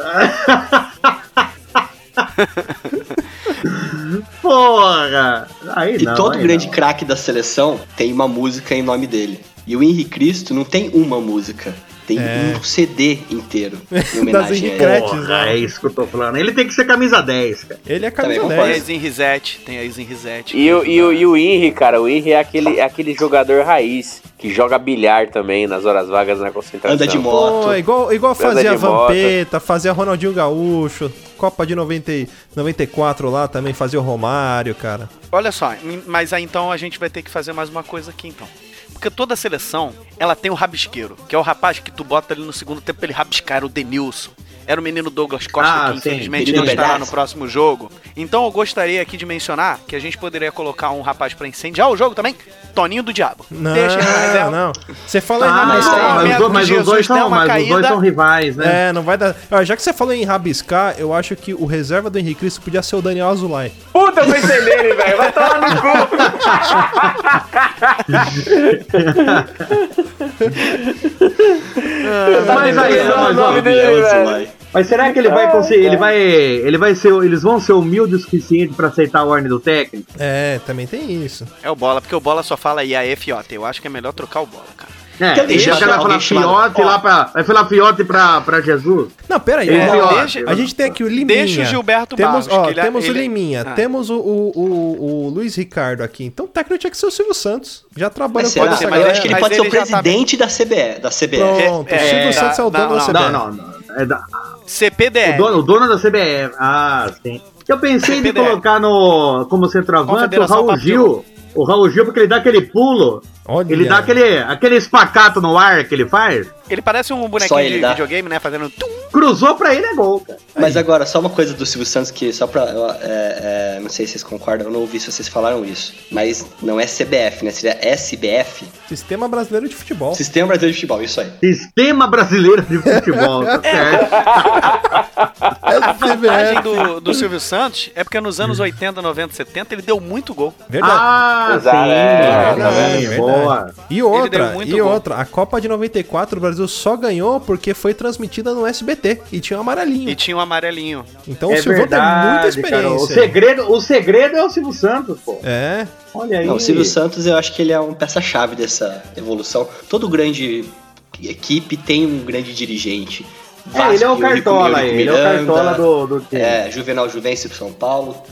Speaker 5: Porra! Aí
Speaker 4: E
Speaker 5: não,
Speaker 4: todo
Speaker 5: aí
Speaker 4: grande
Speaker 5: não.
Speaker 4: craque da seleção tem uma música em nome dele. E o Henri Cristo não tem uma música, tem um CD inteiro em homenagem a
Speaker 1: Henri
Speaker 4: ele.
Speaker 1: Cristo.
Speaker 2: né?
Speaker 5: Porra, é isso que eu tô falando. Ele tem que ser camisa 10, cara.
Speaker 1: Ele é
Speaker 4: Também
Speaker 1: camisa
Speaker 2: Tem a
Speaker 1: 10.
Speaker 2: Zin Reset, tem a Zin Reset.
Speaker 3: E o, e, o, e o Henry, cara, o Henry é aquele, é aquele jogador raiz que joga bilhar também nas horas vagas na concentração.
Speaker 4: Anda de moto.
Speaker 1: Pô, igual, igual
Speaker 3: Anda
Speaker 1: fazia
Speaker 3: de moto.
Speaker 1: Vampeta, fazia Ronaldinho Gaúcho, Copa de 90, e 94 lá também fazia o Romário, cara.
Speaker 2: Olha só, em- mas aí então a gente vai ter que fazer mais uma coisa aqui então. Porque toda seleção, ela tem o rabisqueiro, que é o rapaz que tu bota ali no segundo tempo pra ele rabiscar, era o Denilson. Era o menino Douglas Costa,
Speaker 5: Ah,
Speaker 2: que
Speaker 5: sim,
Speaker 2: infelizmente
Speaker 4: menino
Speaker 2: não estará
Speaker 4: pedaço.
Speaker 2: no próximo jogo. Então eu gostaria aqui de mencionar que a gente poderia colocar um rapaz pra incendiar o jogo também, Toninho do Diabo.
Speaker 1: Não,
Speaker 2: Deixa ele na reserva.
Speaker 1: não. Você
Speaker 2: é,
Speaker 1: fala
Speaker 5: Ah,
Speaker 1: aí,
Speaker 5: mas,
Speaker 1: mas
Speaker 2: não,
Speaker 5: mas os
Speaker 2: Roberto
Speaker 5: dois- mas os
Speaker 2: Jesus
Speaker 5: dois
Speaker 2: dá
Speaker 5: são,
Speaker 2: uma
Speaker 5: mas os dois
Speaker 2: caída.
Speaker 5: são rivais, né?
Speaker 1: É, não vai dar. Ó, já que você falou em rabiscar, eu acho que o reserva do Henrique Cristo podia ser o Daniel Azulay.
Speaker 3: Puta, eu pensei nele, velho. Vai tomar no cu.
Speaker 2: É,
Speaker 5: Mas aí,
Speaker 3: Não,
Speaker 5: mas,
Speaker 3: não,
Speaker 5: ó,
Speaker 3: não. dele, velho.
Speaker 5: mas será que ele vai conseguir? Ele vai. Ele vai ser. Eles vão ser humildes o suficiente pra aceitar a ordem do técnico?
Speaker 1: É, também tem isso.
Speaker 2: É o Bola, porque o Bola só fala aí a Fiota. Eu acho que é melhor trocar o Bola, cara.
Speaker 5: É,
Speaker 4: Quer
Speaker 5: deixa
Speaker 4: deixar
Speaker 5: o cara
Speaker 4: alguém
Speaker 5: falar
Speaker 4: chamado-
Speaker 5: fiote lá pra. Vai falar fiote pra, pra Jesus?
Speaker 1: Não, pera aí.
Speaker 5: Ele
Speaker 1: ó,
Speaker 5: é
Speaker 2: deixa-
Speaker 1: a gente tem aqui o Liminha.
Speaker 2: Deixa o Gilberto
Speaker 1: temos,
Speaker 2: Barros.
Speaker 1: ó,
Speaker 2: que ele- é-
Speaker 1: temos o
Speaker 2: ele-
Speaker 1: Liminha,
Speaker 2: Ah.
Speaker 1: temos o, o, o, o Luiz Ricardo aqui. Então o técnico tinha que ser o Silvio Santos. Já trabalha
Speaker 4: Mas
Speaker 1: com
Speaker 4: será?
Speaker 1: essa
Speaker 2: ser,
Speaker 4: Mas eu acho que ele
Speaker 2: mas
Speaker 4: pode ser o
Speaker 2: ele já tá
Speaker 4: presidente da CBE, da CBF.
Speaker 1: Pronto,
Speaker 2: É,
Speaker 1: o Silvio
Speaker 2: é,
Speaker 1: Santos é o dono
Speaker 2: não,
Speaker 1: da
Speaker 2: não,
Speaker 1: CBF.
Speaker 5: tá. Não, não, não. É da- o,
Speaker 2: CPDR.
Speaker 5: dono, o dono da CBF. Ah, sim. Eu pensei em
Speaker 2: CBF.
Speaker 5: colocar no, como centroavante o
Speaker 2: Confederação
Speaker 5: Raul
Speaker 2: Papil.
Speaker 5: Gil. O Raul Gil, porque ele dá aquele pulo.
Speaker 1: Olha.
Speaker 5: Ele dá aquele, aquele espacato no ar que ele faz.
Speaker 2: Ele parece um
Speaker 4: Só
Speaker 2: bonequinho
Speaker 4: ele
Speaker 2: de
Speaker 4: dá.
Speaker 2: videogame, né? Fazendo. tum.
Speaker 5: Cruzou pra ele é gol, cara.
Speaker 4: Mas agora, só uma coisa do Silvio Santos que só pra. eu, é, é, não sei se vocês concordam, eu não ouvi se vocês falaram isso. Mas não é CBF, né? Seria SBF.
Speaker 1: Sistema Brasileiro de Futebol.
Speaker 4: Sistema Brasileiro de Futebol, isso aí.
Speaker 5: Sistema brasileiro de futebol,
Speaker 1: É,
Speaker 5: tá certo?
Speaker 2: A vantagem do, do Silvio Santos é porque nos anos 80, 90, 70 ele deu muito gol.
Speaker 1: Verdade.
Speaker 5: Ah,
Speaker 3: Exato,
Speaker 5: sim.
Speaker 3: é,
Speaker 5: tá
Speaker 1: verdade,
Speaker 5: vendo?
Speaker 1: verdade.
Speaker 5: Boa.
Speaker 1: E outra,
Speaker 2: deu muito
Speaker 1: e
Speaker 2: gol.
Speaker 1: outra, a Copa de 94 o Brasil só ganhou porque foi transmitida no SBT e tinha um
Speaker 2: E
Speaker 1: amarelinho.
Speaker 2: tinha um amarelinho.
Speaker 1: Então o Silvão tem muita
Speaker 5: é verdade, cara. O
Speaker 1: experiência. né?
Speaker 5: segredo, o segredo é o Silvio Santos, pô.
Speaker 1: É,
Speaker 5: Olha aí.
Speaker 4: Não, o Silvio Santos eu acho que ele é uma peça-chave dessa evolução. Todo grande equipe tem um grande dirigente.
Speaker 5: É, ele é o
Speaker 4: Vasco, Eurico-
Speaker 5: cartola aí.
Speaker 4: Eurico
Speaker 5: Ele é o
Speaker 4: Miranda,
Speaker 5: cartola do, do time.
Speaker 4: é, Juvenal Juvencio pro São Paulo,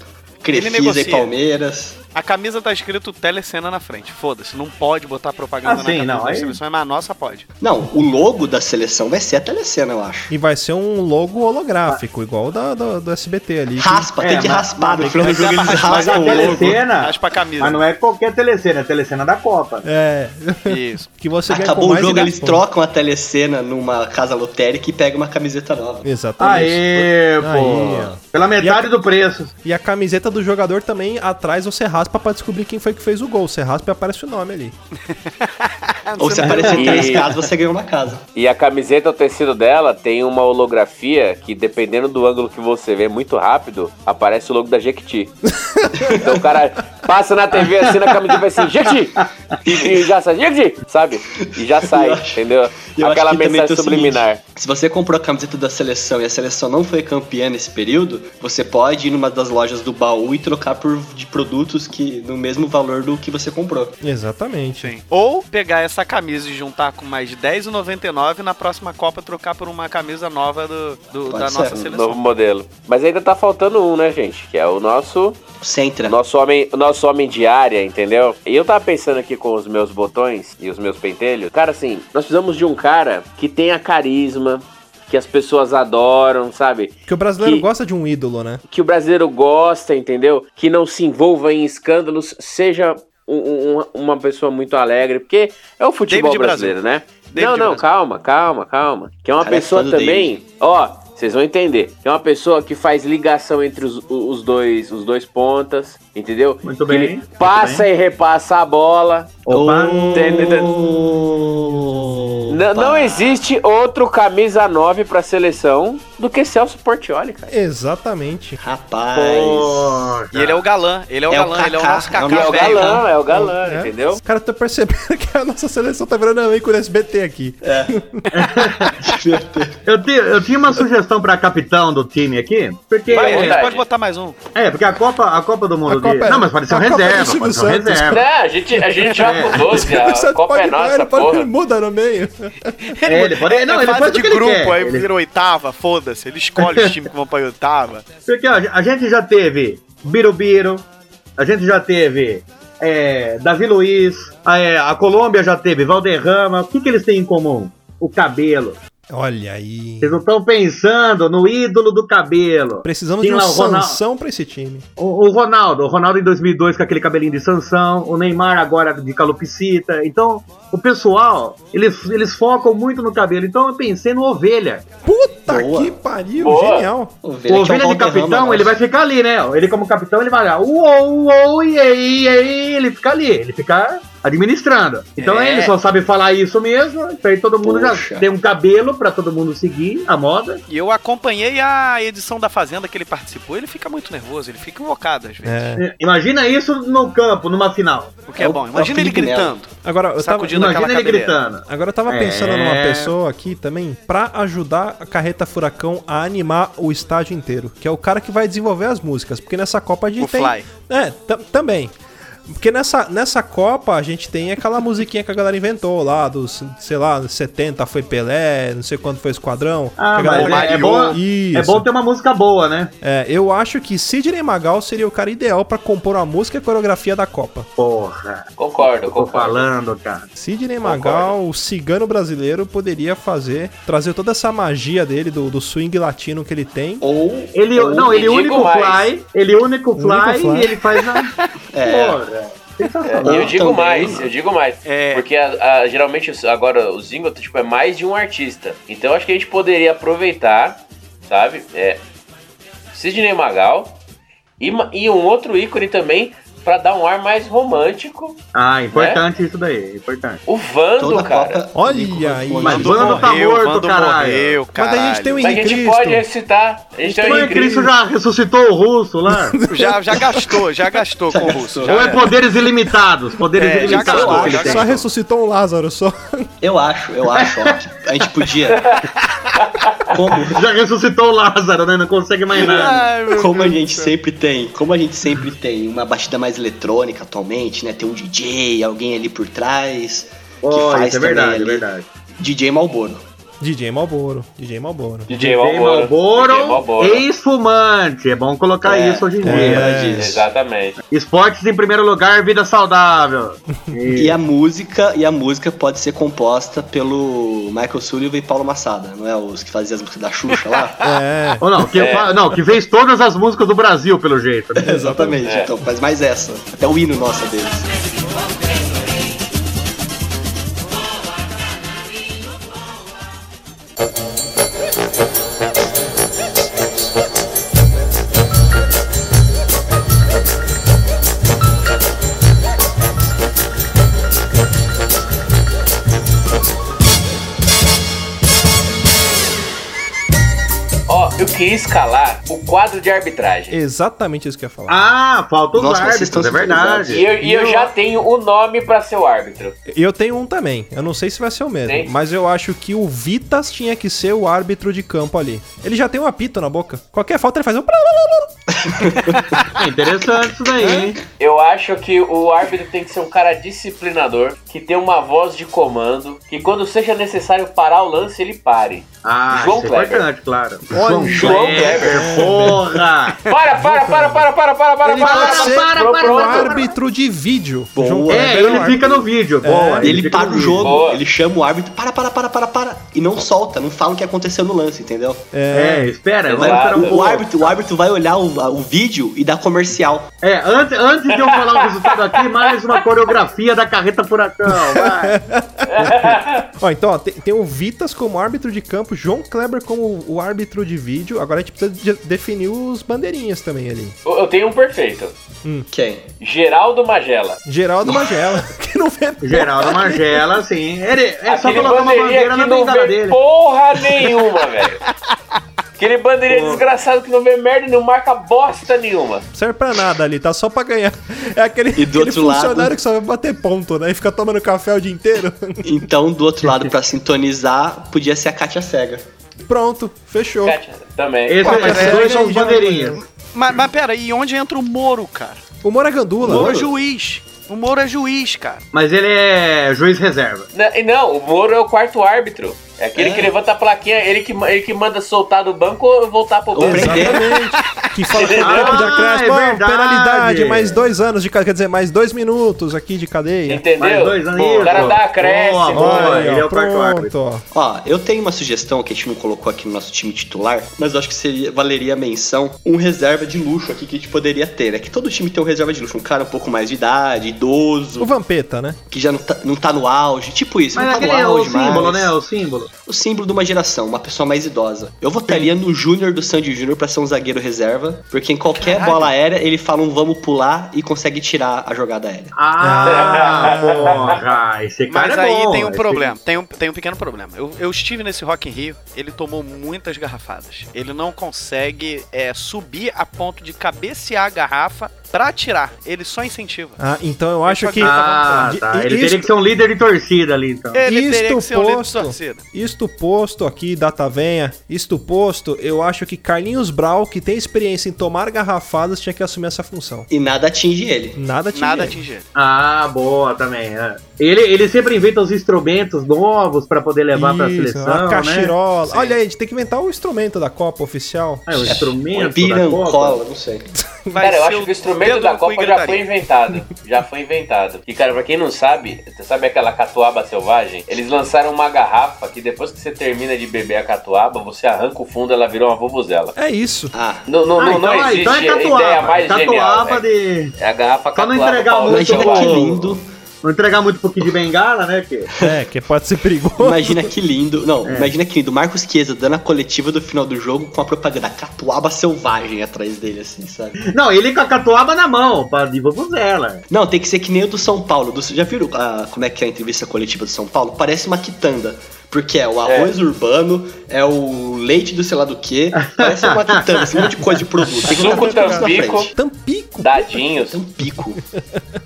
Speaker 4: Crefisa
Speaker 2: negocia.
Speaker 4: e Palmeiras.
Speaker 2: A camisa tá escrito Telecena na frente. Foda-se, não pode botar propaganda
Speaker 5: Ah, sim,
Speaker 2: na camisa
Speaker 5: não,
Speaker 2: do
Speaker 5: aí-
Speaker 2: Silvio Santos, mas a nossa pode.
Speaker 4: Não, o logo da seleção vai ser a Telecena, eu acho.
Speaker 1: e vai ser um logo holográfico, igual o da, da- do SBT ali. que-
Speaker 4: Raspa,
Speaker 5: É,
Speaker 4: tem que
Speaker 5: mas-
Speaker 4: raspar. No
Speaker 5: mas-
Speaker 4: final do
Speaker 2: mas
Speaker 4: jogo
Speaker 2: é
Speaker 4: eles
Speaker 2: pra raspar,
Speaker 5: Mas a
Speaker 4: raspam o logo.
Speaker 5: telecena.
Speaker 2: Acho pra camisa.
Speaker 5: Mas não é qualquer telecena, é a telecena da Copa.
Speaker 1: É,
Speaker 2: Isso.
Speaker 1: que você ganha com
Speaker 4: Acabou o
Speaker 1: mais e
Speaker 4: jogo,
Speaker 1: dá
Speaker 4: eles
Speaker 1: ponto.
Speaker 4: trocam a Telecena numa casa lotérica e pegam uma camiseta nova.
Speaker 1: Exatamente.
Speaker 5: Aê, pô.
Speaker 1: é Aí, ó.
Speaker 5: Pela metade do preço.
Speaker 1: E a camiseta do jogador também atrás você raspa raspa pra descobrir quem foi que fez o gol. Você raspa e aparece o nome ali.
Speaker 4: Ou
Speaker 5: é
Speaker 4: se aparecer três casas, você ganha uma casa.
Speaker 3: E a camiseta, o tecido dela, tem uma holografia que, dependendo do ângulo que você vê muito rápido, aparece o logo da Jequiti. então o cara passa na TV assim na camiseta e vai assim, Jequiti! E, e já sai, Jequiti! Sabe? E já sai,
Speaker 4: Eu acho-
Speaker 3: entendeu?
Speaker 4: eu acho
Speaker 3: Aquela
Speaker 4: que também tem
Speaker 3: mensagem
Speaker 4: o seguinte.
Speaker 3: subliminar.
Speaker 4: Se você comprou a camiseta da seleção e a seleção não foi campeã nesse período, você pode ir numa das lojas do baú e trocar por de produtos que no mesmo valor do que você comprou.
Speaker 1: Exatamente.
Speaker 2: Ou pegar essa camisa e juntar com mais 10,99 e na próxima Copa trocar por uma camisa nova do, do-
Speaker 4: Pode
Speaker 2: da
Speaker 4: ser.
Speaker 2: nossa
Speaker 3: Um
Speaker 2: seleção.
Speaker 3: Novo modelo. Mas ainda tá faltando um, né, gente? Que é o nosso
Speaker 4: Centra.
Speaker 3: Nosso homem, o nosso homem de área, entendeu? E eu tava pensando aqui com os meus botões e os meus pentelhos. Cara, assim, nós precisamos de um cara que tenha carisma, que as pessoas adoram, sabe?
Speaker 1: Porque o brasileiro
Speaker 3: Que-
Speaker 1: gosta de um ídolo, né?
Speaker 3: Que o brasileiro gosta, entendeu? Que não se envolva em escândalos, seja um- um- uma pessoa muito alegre, porque é o futebol
Speaker 2: David
Speaker 3: brasileiro, né?
Speaker 2: David
Speaker 3: não, não,
Speaker 2: Brasil.
Speaker 3: calma, calma, calma. Que é uma
Speaker 4: Cara, é
Speaker 3: pessoa
Speaker 4: fã do
Speaker 3: também, ó, vocês vão entender. Que é uma pessoa que faz ligação entre os, os dois, os dois pontas, entendeu?
Speaker 5: Muito
Speaker 3: Que
Speaker 5: bem,
Speaker 3: ele
Speaker 5: muito
Speaker 3: passa e repassa a bola.
Speaker 5: Opa.
Speaker 4: Oh,
Speaker 3: N- não existe outro camisa 9 pra seleção do que Celso Portioli, cara.
Speaker 1: Exatamente.
Speaker 4: Rapaz.
Speaker 2: E ele é o galã, ele é o
Speaker 4: É o
Speaker 2: galã, ele é o
Speaker 4: Kaká,
Speaker 2: nosso
Speaker 3: E
Speaker 4: é o
Speaker 3: é
Speaker 2: cacá
Speaker 3: o
Speaker 4: Café,
Speaker 2: velho.
Speaker 3: galã, é o galã,
Speaker 1: Tá É.
Speaker 3: entendeu?
Speaker 1: Os caras estão percebendo que a nossa seleção tá virando ícone SBT aqui.
Speaker 5: Eu, te- eu tinha uma sugestão pra capitão do time aqui, porque
Speaker 2: Vai, a gente
Speaker 3: verdade.
Speaker 2: pode botar mais um.
Speaker 5: é porque a Copa, a Copa do Mundo
Speaker 1: A Copa
Speaker 5: de...
Speaker 1: é-
Speaker 5: não, mas pode ser um
Speaker 1: a Copa é do
Speaker 5: reserva,
Speaker 1: Silvio
Speaker 5: pode ser um
Speaker 1: Santos.
Speaker 5: reserva.
Speaker 3: Não, É, a gente, a gente
Speaker 1: É.
Speaker 3: já mudou já. A
Speaker 1: Santos
Speaker 3: Copa é
Speaker 1: pode ganhar,
Speaker 3: nossa,
Speaker 1: tá ele pode- ele
Speaker 3: porra.
Speaker 1: muda no meio.
Speaker 5: É, ele pode, não,
Speaker 2: é
Speaker 5: ele
Speaker 2: fase
Speaker 5: pode o
Speaker 2: de
Speaker 5: que ele
Speaker 2: grupo,
Speaker 5: quer.
Speaker 2: aí
Speaker 5: Ele-
Speaker 2: vira oitava, foda-se. Ele escolhe os times que vão pra oitava.
Speaker 5: Porque ó, a gente já teve Birubiru, a gente já teve é, Davi Luiz, a, é, a Colômbia já teve Valderrama. O que, que eles têm em comum? O cabelo.
Speaker 1: Olha aí.
Speaker 5: Vocês não estão pensando no ídolo do cabelo.
Speaker 1: Precisamos
Speaker 5: Tem
Speaker 1: de um
Speaker 5: lá o Ronaldo.
Speaker 1: sanção pra esse time.
Speaker 5: O, o Ronaldo, o Ronaldo em 2002 com aquele cabelinho de Sansão, o Neymar agora de calopsita. Então, o pessoal, eles, eles focam muito no cabelo. Então, eu pensei no Ovelha.
Speaker 1: Puta
Speaker 4: Boa.
Speaker 1: que pariu,
Speaker 3: Boa.
Speaker 1: genial.
Speaker 5: o
Speaker 4: que é
Speaker 5: Ovelha
Speaker 4: um Valderrama,
Speaker 5: de capitão,
Speaker 4: né?
Speaker 5: ele vai ficar ali, né? Ele como capitão, ele vai lá, uou, uou, e aí, e aí, ele fica ali, ele fica administrando. Então
Speaker 2: É.
Speaker 5: ele só sabe falar isso mesmo, então aí todo mundo
Speaker 4: Poxa.
Speaker 5: já tem um cabelo pra todo mundo seguir a moda.
Speaker 2: E eu acompanhei a edição da Fazenda que ele participou. Ele fica muito nervoso, ele fica invocado às vezes.
Speaker 1: É.
Speaker 5: Imagina isso no campo, numa final.
Speaker 2: O que é,
Speaker 4: É o-
Speaker 2: bom.
Speaker 4: é o
Speaker 2: Imagina ele
Speaker 4: Felipe Melo.
Speaker 2: gritando.
Speaker 1: Agora, eu tava,
Speaker 2: Sacudindo. Imagina
Speaker 5: Imagina
Speaker 2: aquela
Speaker 5: ele
Speaker 2: cadeira.
Speaker 5: gritando.
Speaker 1: agora eu tava
Speaker 5: É.
Speaker 1: pensando numa pessoa aqui também pra ajudar a carreta Furacão a animar o estádio inteiro, que é o cara que vai desenvolver as músicas, porque nessa Copa a gente
Speaker 2: O
Speaker 1: tem.
Speaker 2: Fly.
Speaker 1: É, tam- também. Porque nessa, nessa Copa a gente tem aquela musiquinha que a galera inventou lá, dos, sei lá, 70 foi Pelé, não sei quanto foi Esquadrão.
Speaker 5: Ah,
Speaker 1: que a galera
Speaker 5: mas é- é
Speaker 1: inventou.
Speaker 5: boa-
Speaker 1: Isso.
Speaker 5: É bom ter uma música boa, né?
Speaker 1: É, eu acho que Sidney Magal seria o cara ideal pra compor a música e a coreografia da Copa.
Speaker 5: Porra,
Speaker 3: Concordo,
Speaker 5: eu tô
Speaker 3: concordo.
Speaker 5: falando, cara.
Speaker 1: Sidney Magal, o cigano brasileiro, poderia fazer, trazer toda essa magia dele, do, do swing latino que ele tem.
Speaker 4: Ou.
Speaker 5: Ele,
Speaker 4: ou-
Speaker 5: não, ele
Speaker 3: digo
Speaker 5: único
Speaker 3: mais.
Speaker 5: fly, ele único
Speaker 1: Único
Speaker 5: fly,
Speaker 1: fly.
Speaker 5: e ele faz na...
Speaker 4: É.
Speaker 5: Porra.
Speaker 3: É, eu digo
Speaker 4: Também,
Speaker 3: mais,
Speaker 4: mano.
Speaker 3: eu digo mais.
Speaker 2: É.
Speaker 3: Porque a- a- geralmente os- agora o single tipo, é mais de um artista. Então acho que a gente poderia aproveitar, sabe? É, Sidney Magal e, ma- e um outro ícone também pra dar um ar mais romântico.
Speaker 5: Ah, importante isso daí, importante.
Speaker 3: O Vando,
Speaker 4: Toda a
Speaker 3: cara.
Speaker 4: Copa.
Speaker 1: Olha
Speaker 4: Nico
Speaker 1: aí.
Speaker 4: Rafone.
Speaker 5: Mas Vando tá morto,
Speaker 2: Vando
Speaker 5: caralho.
Speaker 2: morreu,
Speaker 1: Mas
Speaker 2: caralho.
Speaker 1: daí a gente tem o
Speaker 3: Mas a
Speaker 1: Henrique
Speaker 3: gente um
Speaker 1: Cristo.
Speaker 3: pode ressuscitar. A
Speaker 2: É
Speaker 3: gente é tem o
Speaker 5: Então,
Speaker 3: Henrique Cristo.
Speaker 5: Cristo já ressuscitou o russo lá?
Speaker 2: Já, já gastou, já gastou com o Russo. Já
Speaker 5: Ou é
Speaker 2: era.
Speaker 5: poderes ilimitados? Poderes
Speaker 2: É, já
Speaker 5: ilimitados.
Speaker 2: acabou,
Speaker 5: que
Speaker 2: já
Speaker 5: ele tem.
Speaker 1: Só ressuscitou um Lázaro só.
Speaker 4: Eu acho, eu acho, ó. que A gente podia. Como,
Speaker 5: Já ressuscitou o Lázaro, né? Não consegue mais
Speaker 4: Ah,
Speaker 5: nada.
Speaker 2: Ai, meu
Speaker 4: como a
Speaker 2: Deus do
Speaker 4: gente
Speaker 2: céu.
Speaker 4: sempre tem, como a gente sempre tem uma batida mais eletrônica atualmente, né? Tem um DJ, alguém ali por trás. Que
Speaker 5: Oh,
Speaker 4: faz
Speaker 5: isso é
Speaker 4: também
Speaker 5: verdade, é
Speaker 4: ali.
Speaker 5: verdade.
Speaker 4: DJ Malboro.
Speaker 1: DJ Malboro, DJ Malboro.
Speaker 3: DJ
Speaker 5: Tem
Speaker 3: DJ
Speaker 5: Malboro,
Speaker 3: Malboro.
Speaker 5: ex-fumante. É bom colocar
Speaker 4: É,
Speaker 5: isso hoje em
Speaker 1: é.
Speaker 5: dia. né?
Speaker 4: Lembra disso.
Speaker 3: Exatamente.
Speaker 5: Esportes em primeiro lugar, vida saudável.
Speaker 4: E a música, e a música pode ser composta pelo Michael Sullivan e Paulo Massada, não é? Os que faziam as músicas da Xuxa lá?
Speaker 1: É,
Speaker 5: Ou não, que,
Speaker 3: É.
Speaker 5: fa- não, que fez todas as músicas do Brasil, pelo jeito. né?
Speaker 4: Exatamente,
Speaker 3: É.
Speaker 4: então faz mais essa. Até o hino nosso é deles.
Speaker 3: Eu queria escalar o quadro de arbitragem.
Speaker 1: Exatamente isso que eu ia falar.
Speaker 5: Ah, falta os
Speaker 4: Nossa, vocês estão
Speaker 5: árbitros, é verdade.
Speaker 3: E eu, e eu já tenho o nome pra ser o árbitro.
Speaker 1: E Eu tenho um também. Eu não sei se vai ser o mesmo,
Speaker 3: Tem?
Speaker 1: mas eu acho que o Vitas tinha que ser o árbitro de campo ali. Ele já tem um apito na boca. Qualquer falta ele faz um.
Speaker 5: É interessante isso daí, hein?
Speaker 3: Eu acho que o árbitro tem que ser um cara disciplinador, que tem uma voz de comando, que quando seja necessário parar o lance, ele pare.
Speaker 5: Ah,
Speaker 3: João
Speaker 5: isso é
Speaker 3: Kleber.
Speaker 5: importante, claro.
Speaker 1: Olha,
Speaker 3: João Kleber.
Speaker 5: porra!
Speaker 3: Para, para, para, para, para, para, para,
Speaker 1: Ele
Speaker 3: para,
Speaker 1: pode
Speaker 3: para,
Speaker 1: ser
Speaker 3: para, para,
Speaker 1: O
Speaker 3: pronto.
Speaker 1: árbitro de vídeo.
Speaker 4: Boa.
Speaker 1: João Kleber
Speaker 5: É,
Speaker 1: é o
Speaker 5: ele
Speaker 1: árbitro.
Speaker 5: fica no vídeo. Boa,
Speaker 4: Ele,
Speaker 5: fica
Speaker 4: para
Speaker 5: no
Speaker 4: o
Speaker 5: vídeo.
Speaker 4: jogo,
Speaker 3: Boa.
Speaker 4: ele chama o árbitro, para, para, para, para, para, e não solta, não fala o que aconteceu no lance, entendeu?
Speaker 5: É, espera, vai
Speaker 3: Exato.
Speaker 5: esperar um
Speaker 4: O,
Speaker 5: pouco.
Speaker 4: árbitro, o árbitro vai olhar o, o vídeo e dar comercial.
Speaker 5: É, antes, antes de eu falar o resultado aqui, mais uma coreografia da carreta furacão. Vai.
Speaker 1: Ó, então, ó, tem, tem o Vitas como árbitro de campo, João Kleber como o árbitro de vídeo. Agora a gente precisa de- definir os bandeirinhas também ali.
Speaker 3: Eu eu tenho um perfeito.
Speaker 4: Quem?
Speaker 3: Geraldo Magela.
Speaker 1: Geraldo Magela, que não vê.
Speaker 5: Geraldo Magela, sim. Ele, é só
Speaker 3: Aquele
Speaker 5: colocar uma
Speaker 3: bandeirinha
Speaker 5: bandeira na
Speaker 3: que não
Speaker 5: bengala
Speaker 3: vê
Speaker 5: dele.
Speaker 3: porra nenhuma, velho. Aquele bandeirinha desgraçado que não vê merda e não marca bosta nenhuma.
Speaker 1: Serve pra nada ali, tá só pra ganhar. É aquele,
Speaker 4: E
Speaker 1: aquele
Speaker 4: do outro lado-
Speaker 1: funcionário que só vai bater ponto, né? E fica tomando café o dia inteiro.
Speaker 4: Então, do outro lado, pra sintonizar, podia ser a Kátia Cega.
Speaker 1: Pronto, fechou.
Speaker 3: Kátia, também.
Speaker 5: Esse,
Speaker 1: Pô, mas
Speaker 5: esses
Speaker 1: é,
Speaker 5: dois
Speaker 1: já-
Speaker 5: são os
Speaker 1: já-
Speaker 5: bandeirinhas.
Speaker 2: Mas, mas pera, e onde entra o Moro, cara?
Speaker 1: O Moro é
Speaker 2: O
Speaker 1: gandula.
Speaker 2: Moro é juiz. O Moro é juiz, cara.
Speaker 5: Mas ele é juiz reserva.
Speaker 3: Não, e não, o Moro é o quarto árbitro. É aquele que levanta a plaquinha, ele que, ma- ele que manda soltar do banco ou voltar pro
Speaker 4: Ou
Speaker 3: banco.
Speaker 4: prender.
Speaker 1: Exatamente. que fala que o tempo
Speaker 5: Ah,
Speaker 1: de acréscimo.
Speaker 5: é
Speaker 1: Bom,
Speaker 5: verdade.
Speaker 1: penalidade, mais dois anos de cadeia. Quer dizer, mais dois minutos aqui de cadeia.
Speaker 5: Mais
Speaker 3: Entendeu?
Speaker 5: dois anos
Speaker 3: o cara dá acréscimo.
Speaker 5: Boa,
Speaker 1: Olha,
Speaker 5: ele é o quarto árbitro.
Speaker 1: pronto, ó.
Speaker 4: Ó, eu tenho uma sugestão que a gente não colocou aqui no nosso time titular, mas eu acho que seria, valeria a menção um reserva de luxo aqui que a gente poderia ter, né? Que todo time tem um reserva de luxo, um cara um pouco mais de idade,
Speaker 1: O
Speaker 4: idoso,
Speaker 1: Vampeta, né?
Speaker 4: que já não tá, não tá no auge, tipo isso,
Speaker 5: Mas
Speaker 4: não tá
Speaker 5: aquele
Speaker 4: no
Speaker 5: é o
Speaker 4: auge
Speaker 5: símbolo,
Speaker 4: mais.
Speaker 5: né? O símbolo.
Speaker 4: O símbolo de uma geração, uma pessoa mais idosa. Eu votaria no Júnior do Sandy Júnior pra ser um zagueiro reserva, porque em qualquer
Speaker 2: Caralho.
Speaker 4: bola aérea ele fala um vamos pular e consegue tirar a jogada aérea.
Speaker 5: Ah, porra. Esse cara
Speaker 2: Mas
Speaker 5: é
Speaker 2: aí
Speaker 5: bom,
Speaker 2: tem um
Speaker 5: esse-
Speaker 2: problema. Tem um, tem um pequeno problema. Eu, eu estive nesse Rock in Rio, ele tomou muitas garrafadas. Ele não consegue é, subir a ponto de cabecear a garrafa pra tirar. Ele só incentiva.
Speaker 1: Ah, então eu acho que.
Speaker 5: Ah, tá. Ele teria que ser um líder de torcida ali, então.
Speaker 2: Ele
Speaker 1: Isto
Speaker 2: teria que ser um líder de
Speaker 1: posto.
Speaker 2: torcida.
Speaker 1: Isto posto aqui, data venha, isto posto, eu acho que Carlinhos Brau, que tem experiência em tomar garrafadas, tinha que assumir essa função.
Speaker 4: E nada atinge ele.
Speaker 1: Nada tinha.
Speaker 2: Nada atingir. ele.
Speaker 5: Ah, boa também. é. Ele, ele sempre inventa os instrumentos novos pra poder levar pra
Speaker 1: Isso,
Speaker 5: seleção,
Speaker 1: uma
Speaker 5: né?
Speaker 1: cachirola. Olha aí, a gente tem que inventar o instrumento da Copa oficial.
Speaker 5: É, o instrumento da Copa.
Speaker 4: Pirancola, não sei.
Speaker 2: Vai
Speaker 3: Cara, eu
Speaker 2: ser
Speaker 3: acho que o instrumento
Speaker 2: dedo
Speaker 3: da
Speaker 2: no cu e
Speaker 3: Copa já
Speaker 2: gritaria.
Speaker 3: foi inventado. Já foi inventado. E, cara, pra quem não sabe, você sabe aquela catuaba selvagem? Eles lançaram uma garrafa que depois que você termina de beber a catuaba, você arranca o fundo ela virou uma vovuzela.
Speaker 1: É isso.
Speaker 4: Ah,
Speaker 3: Não, não,
Speaker 5: Ah,
Speaker 3: não, não
Speaker 5: então, é-
Speaker 3: existe
Speaker 5: então é
Speaker 3: ideia
Speaker 5: catuaba.
Speaker 3: mais
Speaker 5: é
Speaker 3: genial.
Speaker 5: catuaba
Speaker 3: velho.
Speaker 5: de.
Speaker 3: É a garrafa
Speaker 5: Só não
Speaker 3: catuaba
Speaker 5: entregar
Speaker 3: paulista
Speaker 5: muito, né?
Speaker 4: imagina
Speaker 5: bom.
Speaker 4: que
Speaker 3: selvagem.
Speaker 4: lindo.
Speaker 5: Não entregar muito pouquinho de bengala, né? Que...
Speaker 1: É, que pode ser perigoso.
Speaker 4: Imagina que lindo. Não, imagina que lindo. Marcos Chiesa dando a coletiva do final do jogo com a propaganda catuaba selvagem atrás dele, assim, sabe?
Speaker 5: Não, ele com a catuaba na mão, pra de vovuzela.
Speaker 4: Não, tem que ser que nem o do São Paulo. Do, já viram ah, como é que é a entrevista coletiva do São Paulo? Parece uma quitanda. Porque é o arroz urbano, é o leite do sei lá do que. Parece uma quitanda, assim, um monte de coisa de produto. Tem que
Speaker 3: Suco
Speaker 4: botar tudo isso
Speaker 3: Tampico.
Speaker 1: Tampico.
Speaker 3: Dadinhos.
Speaker 4: Tem um pico.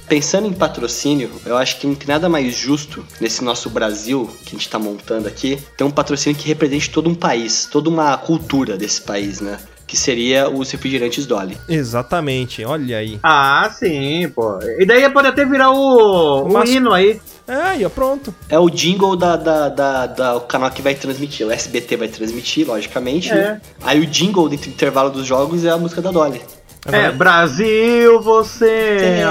Speaker 4: Pensando em patrocínio, eu acho que não tem nada mais justo nesse nosso Brasil que a gente tá montando aqui, ter um patrocínio que represente todo um país, toda uma cultura desse país, né? Que seria os refrigerantes Dolly.
Speaker 1: Exatamente, olha aí.
Speaker 5: Ah, sim, pô. E daí ia poder até virar o, o
Speaker 1: Mas-
Speaker 5: hino aí.
Speaker 1: É, aí, ó, pronto.
Speaker 4: É o jingle da, da, da, da- o canal que vai transmitir. O SBT vai transmitir, logicamente. né? Aí o jingle dentro do intervalo dos jogos é a música da Dolly.
Speaker 5: É, Brasil, você é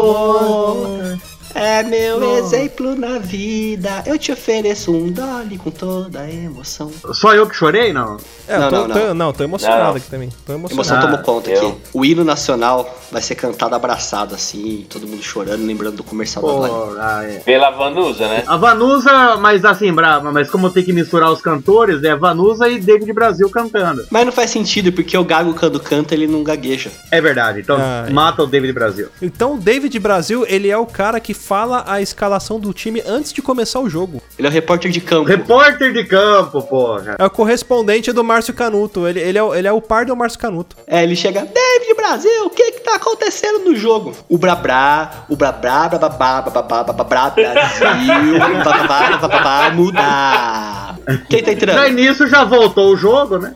Speaker 5: amor.
Speaker 4: É meu
Speaker 5: Nossa.
Speaker 4: exemplo na vida. Eu te ofereço um Dolly com toda a emoção.
Speaker 5: Só eu que chorei, não?
Speaker 1: É,
Speaker 4: Não,
Speaker 1: eu tô,
Speaker 4: não,
Speaker 1: não,
Speaker 4: não.
Speaker 1: tô, não, tô emocionado
Speaker 3: Não, não.
Speaker 1: aqui também. Tô
Speaker 4: A emoção
Speaker 1: emocionado.
Speaker 5: Ah,
Speaker 4: tomou conta
Speaker 3: eu.
Speaker 4: aqui. O hino nacional vai ser cantado abraçado, assim, todo mundo chorando, lembrando do comercial da Dolly.
Speaker 5: Pô, ah, é.
Speaker 3: Pela Vanusa, né?
Speaker 5: A Vanusa, mas assim, brava, mas como tem que misturar os cantores, é Vanusa e David Brasil cantando.
Speaker 4: Mas não faz sentido, porque o gago quando canta, ele não gagueja.
Speaker 5: É verdade, então
Speaker 1: Ah, é.
Speaker 5: mata o David Brasil.
Speaker 1: Então, o David Brasil, ele é o cara que fala a escalação do time antes de começar o jogo.
Speaker 4: Ele é o repórter de campo.
Speaker 5: Repórter de campo, porra.
Speaker 1: É o correspondente do Márcio Canuto. Ele, ele, é, o- ele é o par do Márcio Canuto.
Speaker 4: É, ele chega, David Brasil, o que que tá acontecendo no jogo? O Brabrá, o Brabrá, Brababá, Brababá, Brababá, Brasil, Brababá, Brababá, mudar. Quem tá
Speaker 5: Já
Speaker 4: entrando?
Speaker 5: nisso já voltou o jogo, né?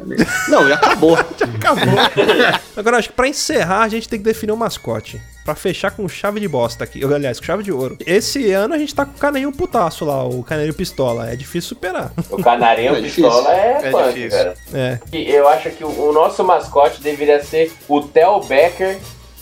Speaker 4: Não, já acabou.
Speaker 1: Acabou. Agora, acho que pra encerrar, a gente tem que definir um mascote. Pra fechar com chave de bosta aqui. Aliás, com chave de ouro. Esse ano a gente tá com o Canelinho putaço lá, o Canelinho Pistola. É difícil superar.
Speaker 3: O canarinho
Speaker 4: É difícil.
Speaker 3: pistola é,
Speaker 2: É
Speaker 3: punk,
Speaker 2: difícil.
Speaker 3: cara.
Speaker 1: É.
Speaker 3: E eu acho que o o nosso mascote deveria ser o Theo Becker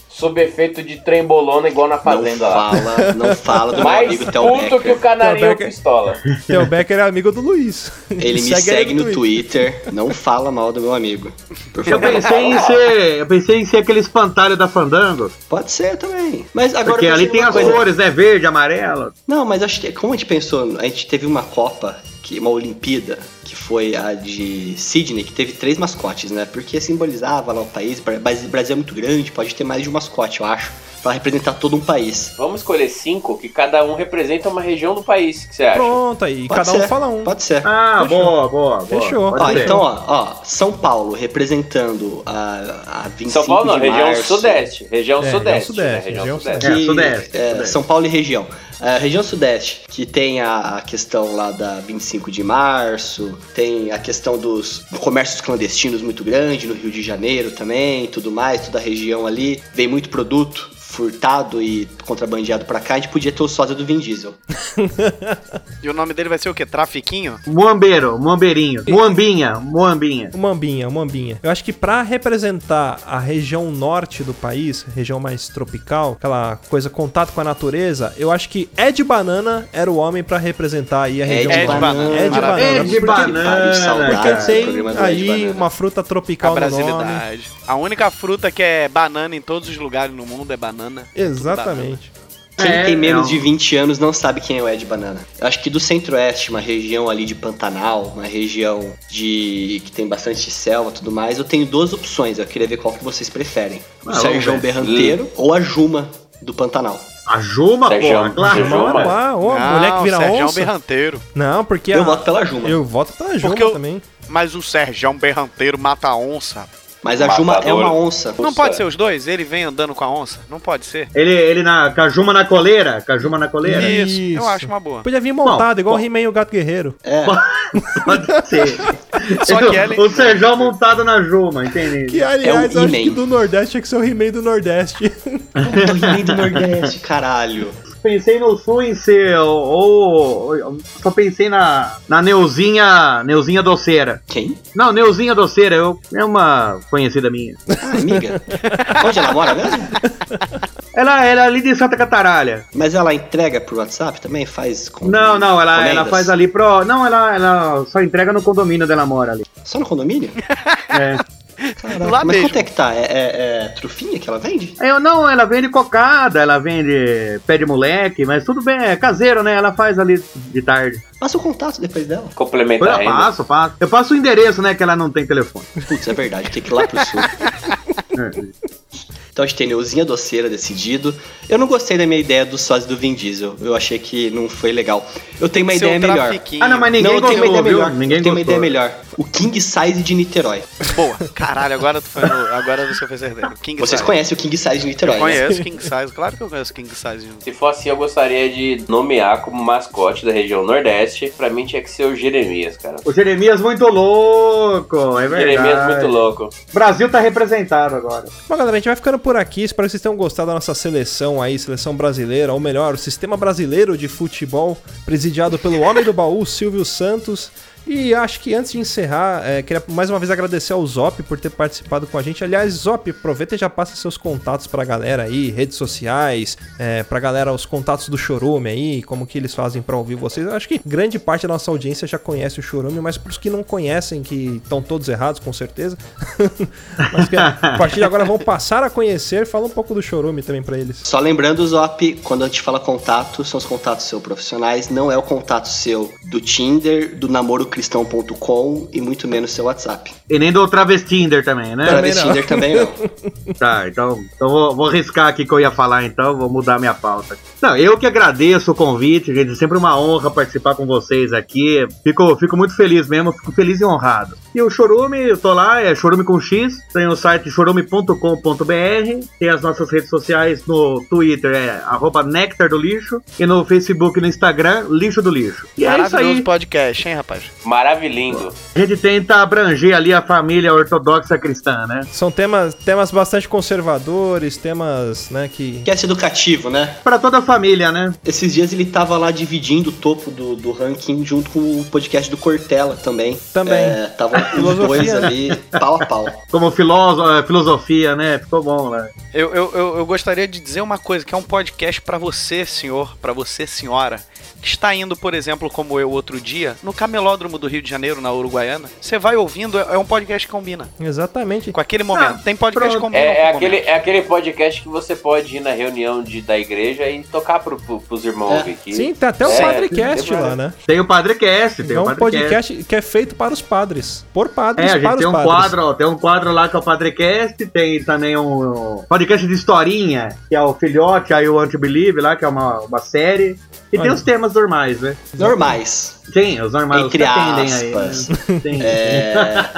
Speaker 3: sob efeito de trembolona igual na
Speaker 4: Não
Speaker 3: fazenda lá.
Speaker 4: fala, não fala do meu
Speaker 3: Mais
Speaker 4: amigo Theo
Speaker 3: puto que o
Speaker 4: Becker.
Speaker 1: Theo
Speaker 3: canarinho
Speaker 1: Becker.
Speaker 3: pistola.
Speaker 1: Theo Becker é amigo do Luiz.
Speaker 4: Ele me segue no Twitter, não fala mal do meu amigo. Por
Speaker 5: Eu
Speaker 4: favor.
Speaker 5: pensei em ser. Eu pensei em ser aquele espantalho da Fandango.
Speaker 4: Pode ser também. Mas agora
Speaker 5: Porque
Speaker 4: eu pensei
Speaker 5: ali tem
Speaker 4: numa
Speaker 5: as cores, né? Verde, amarelo.
Speaker 4: Não, mas acho que como a gente pensou, a gente teve uma Copa, que, uma Olimpíada, que foi a de Sydney, que teve três mascotes, né? Porque simbolizava lá o país, Bra- mas o Brasil é muito grande, pode ter mais de um mascote, eu acho, pra representar todo um país.
Speaker 3: Vamos escolher cinco que cada um representa uma região do país, o que você acha?
Speaker 1: Pronto aí.
Speaker 4: Pode
Speaker 1: cada um
Speaker 4: ser,
Speaker 1: fala um.
Speaker 4: Pode ser.
Speaker 5: Ah,
Speaker 1: Fechou.
Speaker 5: boa, boa, boa.
Speaker 1: Fechou.
Speaker 5: Pode
Speaker 4: Ó,
Speaker 5: ser.
Speaker 4: então, ó, ó, São Paulo representando a, a 25
Speaker 3: São Paulo não,
Speaker 4: de
Speaker 3: região
Speaker 4: março.
Speaker 3: sudeste. Região
Speaker 1: É,
Speaker 3: sudeste.
Speaker 1: região
Speaker 3: né?
Speaker 1: sudeste, região
Speaker 4: que-
Speaker 5: É, Sudeste,
Speaker 4: é,
Speaker 5: Sudeste.
Speaker 4: São Paulo e região. A região Sudeste, que tem a, a questão lá da 25 de março, tem a questão dos comércios clandestinos muito grande no Rio de Janeiro também, tudo mais, toda a região ali. Vem muito produto furtado e contrabandeado pra cá. A gente podia ter o sósia do Vin Diesel.
Speaker 2: E o nome dele vai ser o quê? Trafiquinho?
Speaker 5: Muambeiro, muambeirinho. Muambinha, muambinha.
Speaker 1: O Mambinha, o Mambinha. Eu acho que pra representar a região norte do país, região mais tropical, aquela coisa contato com a natureza, eu acho que Ed Banana era o homem pra representar aí
Speaker 4: É
Speaker 1: a região
Speaker 2: Ed
Speaker 1: norte.
Speaker 2: Banana.
Speaker 1: Ed É Banana.
Speaker 5: Ed
Speaker 1: Porque-
Speaker 5: É Banana. né?
Speaker 4: Pariu,
Speaker 1: Porque
Speaker 4: saudades do Ah, programa
Speaker 1: tem
Speaker 4: do Ed
Speaker 1: aí
Speaker 4: Banana.
Speaker 1: uma fruta
Speaker 2: A
Speaker 1: tropical no nome.
Speaker 2: brasilidade. A única fruta que é banana em todos os lugares no mundo é banana.
Speaker 1: Exatamente.
Speaker 4: Quem
Speaker 5: É,
Speaker 4: tem menos
Speaker 5: não.
Speaker 4: de 20 anos não sabe quem é o Ed Banana. Eu acho que do Centro-Oeste, uma região ali de Pantanal, uma região de que tem bastante selva e tudo mais, eu tenho duas opções. Eu queria ver qual que vocês preferem. O
Speaker 5: Ah,
Speaker 4: Sérgio
Speaker 5: vamos ver. Hum.
Speaker 4: Berranteiro ou a Juma do Pantanal.
Speaker 5: A Juma,
Speaker 3: Sérgio,
Speaker 5: porra, claro.
Speaker 3: Sérgio.
Speaker 1: Mano,
Speaker 3: mano.
Speaker 1: lá, ô,
Speaker 2: Não,
Speaker 1: mulher que vira
Speaker 2: Sérgio é um
Speaker 1: onça.
Speaker 2: berranteiro.
Speaker 1: Não, porque
Speaker 4: Eu
Speaker 1: a-
Speaker 4: voto pela Juma.
Speaker 1: eu voto pela Juma
Speaker 2: Porque eu-
Speaker 1: também.
Speaker 2: Mas o Sérgio é um berranteiro, mata a onça.
Speaker 4: Mas a Juma é
Speaker 3: Matador.
Speaker 4: uma onça.
Speaker 2: Não
Speaker 3: Onça.
Speaker 2: pode ser os dois? Ele vem andando com a onça? Não pode ser.
Speaker 5: Ele, ele na, com a Juma na coleira. Com a Juma na coleira.
Speaker 1: Isso.
Speaker 2: Isso, eu acho uma boa.
Speaker 1: Podia vir montado,
Speaker 5: Bom,
Speaker 1: igual o
Speaker 5: bom.
Speaker 1: He-Man e o Gato Guerreiro.
Speaker 4: É.
Speaker 5: Pode ser.
Speaker 2: Só que ela-
Speaker 5: O Sérgio montado na Juma, entendi.
Speaker 1: Que, aliás,
Speaker 4: É um
Speaker 1: acho que
Speaker 4: He-Man.
Speaker 1: do Nordeste tinha que ser o He-Man do Nordeste.
Speaker 4: Puta, o He-Man do Nordeste, caralho.
Speaker 5: Pensei no Sul em ser, ou, ou- só pensei na, na Neuzinha, Neuzinha Doceira.
Speaker 4: Quem?
Speaker 5: Não, Neuzinha Doceira, eu, é uma conhecida minha.
Speaker 4: Ah, amiga. Onde ela mora mesmo?
Speaker 5: Ela, ela é ali de Santa Cataralha.
Speaker 4: Mas ela entrega por WhatsApp também? Faz com.
Speaker 5: Não, não, ela, ela
Speaker 4: encomendas?
Speaker 5: faz ali pro... Não, ela, ela só entrega no condomínio dela mora ali.
Speaker 4: Só no condomínio?
Speaker 5: É.
Speaker 4: Caraca,
Speaker 2: Lá
Speaker 4: mas
Speaker 2: mesmo.
Speaker 4: quanto é que tá? É, é- é trufinha que ela vende?
Speaker 5: Eu, não, ela vende cocada, ela vende pé de moleque, mas tudo bem, é caseiro, né? Ela faz ali de tarde.
Speaker 4: Passa o contato depois dela.
Speaker 3: Complementa a
Speaker 5: Eu
Speaker 3: renda.
Speaker 5: passo, passo. Eu passo o endereço, né? Que ela não tem telefone.
Speaker 4: Putz, é verdade, tem que ir lá pro sul. Então a gente tem Neuzinha Doceira decidido. Eu não gostei da minha ideia do sósia do Vin Diesel. Eu achei que não foi legal. Eu tenho uma
Speaker 2: Seu
Speaker 4: ideia melhor.
Speaker 2: trafiquinho.
Speaker 5: Ah, não, mas
Speaker 4: não,
Speaker 5: ninguém
Speaker 4: eu tenho uma
Speaker 5: gostou,
Speaker 4: ideia
Speaker 5: viu?
Speaker 4: melhor.
Speaker 5: Ninguém
Speaker 4: eu tenho uma ideia
Speaker 5: gostou.
Speaker 4: melhor. O King Size de Niterói.
Speaker 2: Boa. Caralho, agora tu foi no, agora você fez certeza. King
Speaker 4: Vocês
Speaker 2: size.
Speaker 4: conhecem o King Size de Niterói,
Speaker 2: Eu
Speaker 4: né?
Speaker 2: conheço King Size, claro que eu conheço King Size.
Speaker 3: Se for assim, eu gostaria de nomear como mascote da região Nordeste. Pra mim tinha que ser o Jeremias, cara.
Speaker 5: O Jeremias muito louco, é verdade.
Speaker 3: Jeremias muito louco.
Speaker 5: O Brasil tá representado agora.
Speaker 1: Bom, galera, a gente vai ficando por aqui. Espero que vocês tenham gostado da nossa seleção aí, seleção brasileira, ou melhor, o sistema brasileiro de futebol, presidiado pelo homem do baú, Silvio Santos. E acho que antes de encerrar, é, queria mais uma vez agradecer ao Zop por ter participado com a gente. Aliás, Zop, aproveita e já passa seus contatos pra galera aí, redes sociais, é, pra galera os contatos do Chorume aí, como que eles fazem pra ouvir vocês. Eu acho que grande parte da nossa audiência já conhece o Chorume, mas pros que não conhecem, que estão todos errados, com certeza, mas que a partir de agora vão passar a conhecer. Fala um pouco do Chorume também pra eles.
Speaker 4: Só lembrando, Zop, quando a gente fala contato, são os contatos seu profissionais, não é o contato seu do Tinder, do namoro cristão.com e muito menos seu WhatsApp.
Speaker 5: E nem do Travestinder também, né?
Speaker 3: É.
Speaker 4: Através Tinder também não.
Speaker 5: Tá, então, então vou, vou riscar aqui que eu ia falar, então, vou mudar minha pauta. Não, eu que agradeço o convite, gente. É sempre uma honra participar com vocês aqui. Fico, fico muito feliz mesmo, fico feliz e honrado. E o Chorume, eu tô lá, é Chorume com X. Tem o site chorume.com.br. Tem as nossas redes sociais no Twitter, é arroba Nectar do Lixo. E no Facebook e no Instagram, Lixo do Lixo. E é isso
Speaker 2: Maravilhoso
Speaker 5: aí.
Speaker 2: podcast, hein, rapaz?
Speaker 3: Maravilhindo.
Speaker 5: A gente tenta abranger ali a família ortodoxa cristã, né?
Speaker 1: São temas, temas bastante conservadores, temas, né, que.
Speaker 4: Quer ser educativo, né?
Speaker 5: Pra toda a família, né?
Speaker 4: Esses dias ele tava lá dividindo o topo do, do ranking junto com o podcast do Cortella também.
Speaker 1: Também.
Speaker 4: É, tava os
Speaker 1: Filosofia,
Speaker 4: dois
Speaker 1: né?
Speaker 4: ali, pau a pau.
Speaker 5: Como filóso- eh, filosofia, né? Ficou bom, né?
Speaker 2: Eu, eu, eu, eu gostaria de dizer uma coisa, que é um podcast pra você, senhor, pra você, senhora, que está indo, por exemplo, como eu outro dia, no Camelódromo do Rio de Janeiro, na Uruguaiana. Você vai ouvindo, é é um podcast que combina.
Speaker 1: Exatamente.
Speaker 2: Com aquele momento. Tem podcast que
Speaker 5: pronto.
Speaker 2: combina.
Speaker 3: É, é
Speaker 2: com o
Speaker 3: aquele,
Speaker 2: momento.
Speaker 3: é aquele podcast que você pode ir na reunião de, da igreja e tocar pro, pro, pros irmãos
Speaker 4: É.
Speaker 3: ouvir aqui.
Speaker 1: Sim, tem até o
Speaker 3: É,
Speaker 1: Padrecast
Speaker 3: tem-
Speaker 1: lá, né?
Speaker 5: Tem o Padre Cast, tem
Speaker 1: É
Speaker 5: o
Speaker 1: um
Speaker 5: Padre
Speaker 1: podcast que é feito para os padres. Por
Speaker 5: É,
Speaker 1: padres,
Speaker 5: a gente
Speaker 1: para
Speaker 5: tem
Speaker 1: os
Speaker 5: um
Speaker 1: padres.
Speaker 5: quadro, ó, tem um quadro lá que é o Padrecast, tem também um, um podcast de historinha, que é o Filhote, aí o Anti-Believe lá, que é uma, uma série. E tem
Speaker 1: Olha.
Speaker 5: os temas normais, né?
Speaker 4: Normais.
Speaker 5: Tem, os normais os
Speaker 4: Entre
Speaker 5: que atendem tá aí.
Speaker 4: aspas.
Speaker 5: né? Tem.
Speaker 4: É.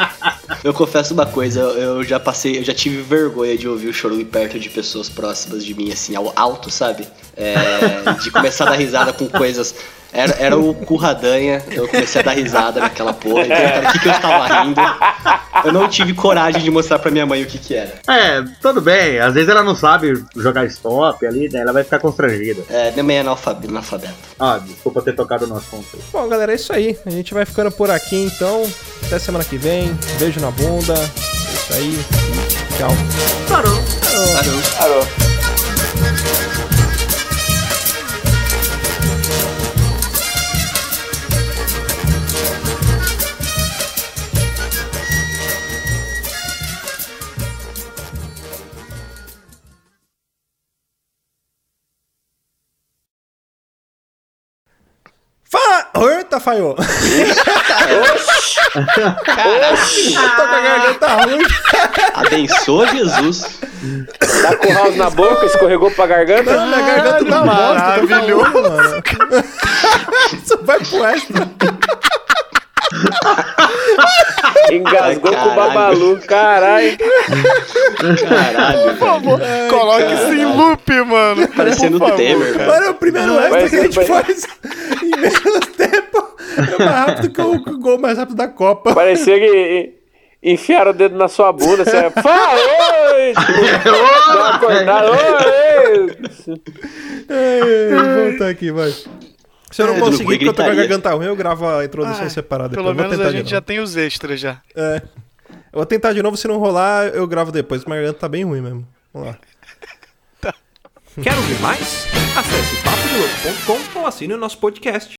Speaker 4: Eu confesso uma coisa, eu eu já passei, eu já tive vergonha de ouvir o chorume perto de pessoas próximas de mim, assim, ao alto, sabe? É, de começar a dar risada com coisas. Era, era o curradanha, eu comecei a dar risada naquela porra, e perguntaram o que, que eu estava rindo. Eu não tive coragem de mostrar pra minha mãe o que, que era.
Speaker 5: É, tudo bem. Às vezes ela não sabe jogar stop ali, né? Ela vai ficar constrangida.
Speaker 4: É, minha mãe é analfabe- analfabeta.
Speaker 5: Ah, desculpa ter tocado no assunto.
Speaker 1: Bom, galera, é isso aí. A gente vai ficando por aqui, então. Até semana que vem. Beijo na bunda. É isso aí. Tchau.
Speaker 4: Parou.
Speaker 3: Parou.
Speaker 1: Fa... Eita, falhou. Eu tô com a garganta ruim.
Speaker 4: Abençoa Jesus.
Speaker 3: Tá com o house na boca, escorregou pra garganta?
Speaker 1: Minha garganta tá bosta. tô
Speaker 2: maravilhoso.
Speaker 1: falando, mano. Isso vai pro extra.
Speaker 3: Engasgou
Speaker 4: Ai,
Speaker 3: com o babalu, caralho.
Speaker 4: Caralho, velho.
Speaker 1: É.
Speaker 2: Coloque isso em loop, mano.
Speaker 4: Parecendo o Temer, cara.
Speaker 1: Mano, é o primeiro extra
Speaker 3: vai
Speaker 1: que a
Speaker 3: ser
Speaker 1: gente
Speaker 3: bem.
Speaker 1: faz em menos tempo. É mais rápido que o que o gol mais rápido da Copa.
Speaker 3: Parecia que enfiaram o dedo na sua bunda. Você fala, oi!
Speaker 5: Oh,
Speaker 3: Deu uma acordada, oi!
Speaker 1: Ei, vou voltar aqui, vai. Se eu não
Speaker 4: É,
Speaker 1: conseguir,
Speaker 4: Drugo, e
Speaker 1: porque eu tô com a
Speaker 4: gritaria.
Speaker 1: garganta ruim, eu gravo a introdução
Speaker 2: Ah,
Speaker 1: separada.
Speaker 2: Pelo
Speaker 1: depois. Eu vou
Speaker 2: menos
Speaker 1: tentar
Speaker 2: a
Speaker 1: de
Speaker 2: gente
Speaker 1: novo.
Speaker 2: já tem os extras já.
Speaker 1: É. Eu vou tentar de novo, se não rolar, eu gravo depois. Minha garganta tá bem ruim mesmo. Vamos lá. Tá. Quer ouvir mais? Acesse papodilouco.com ou assine o nosso podcast.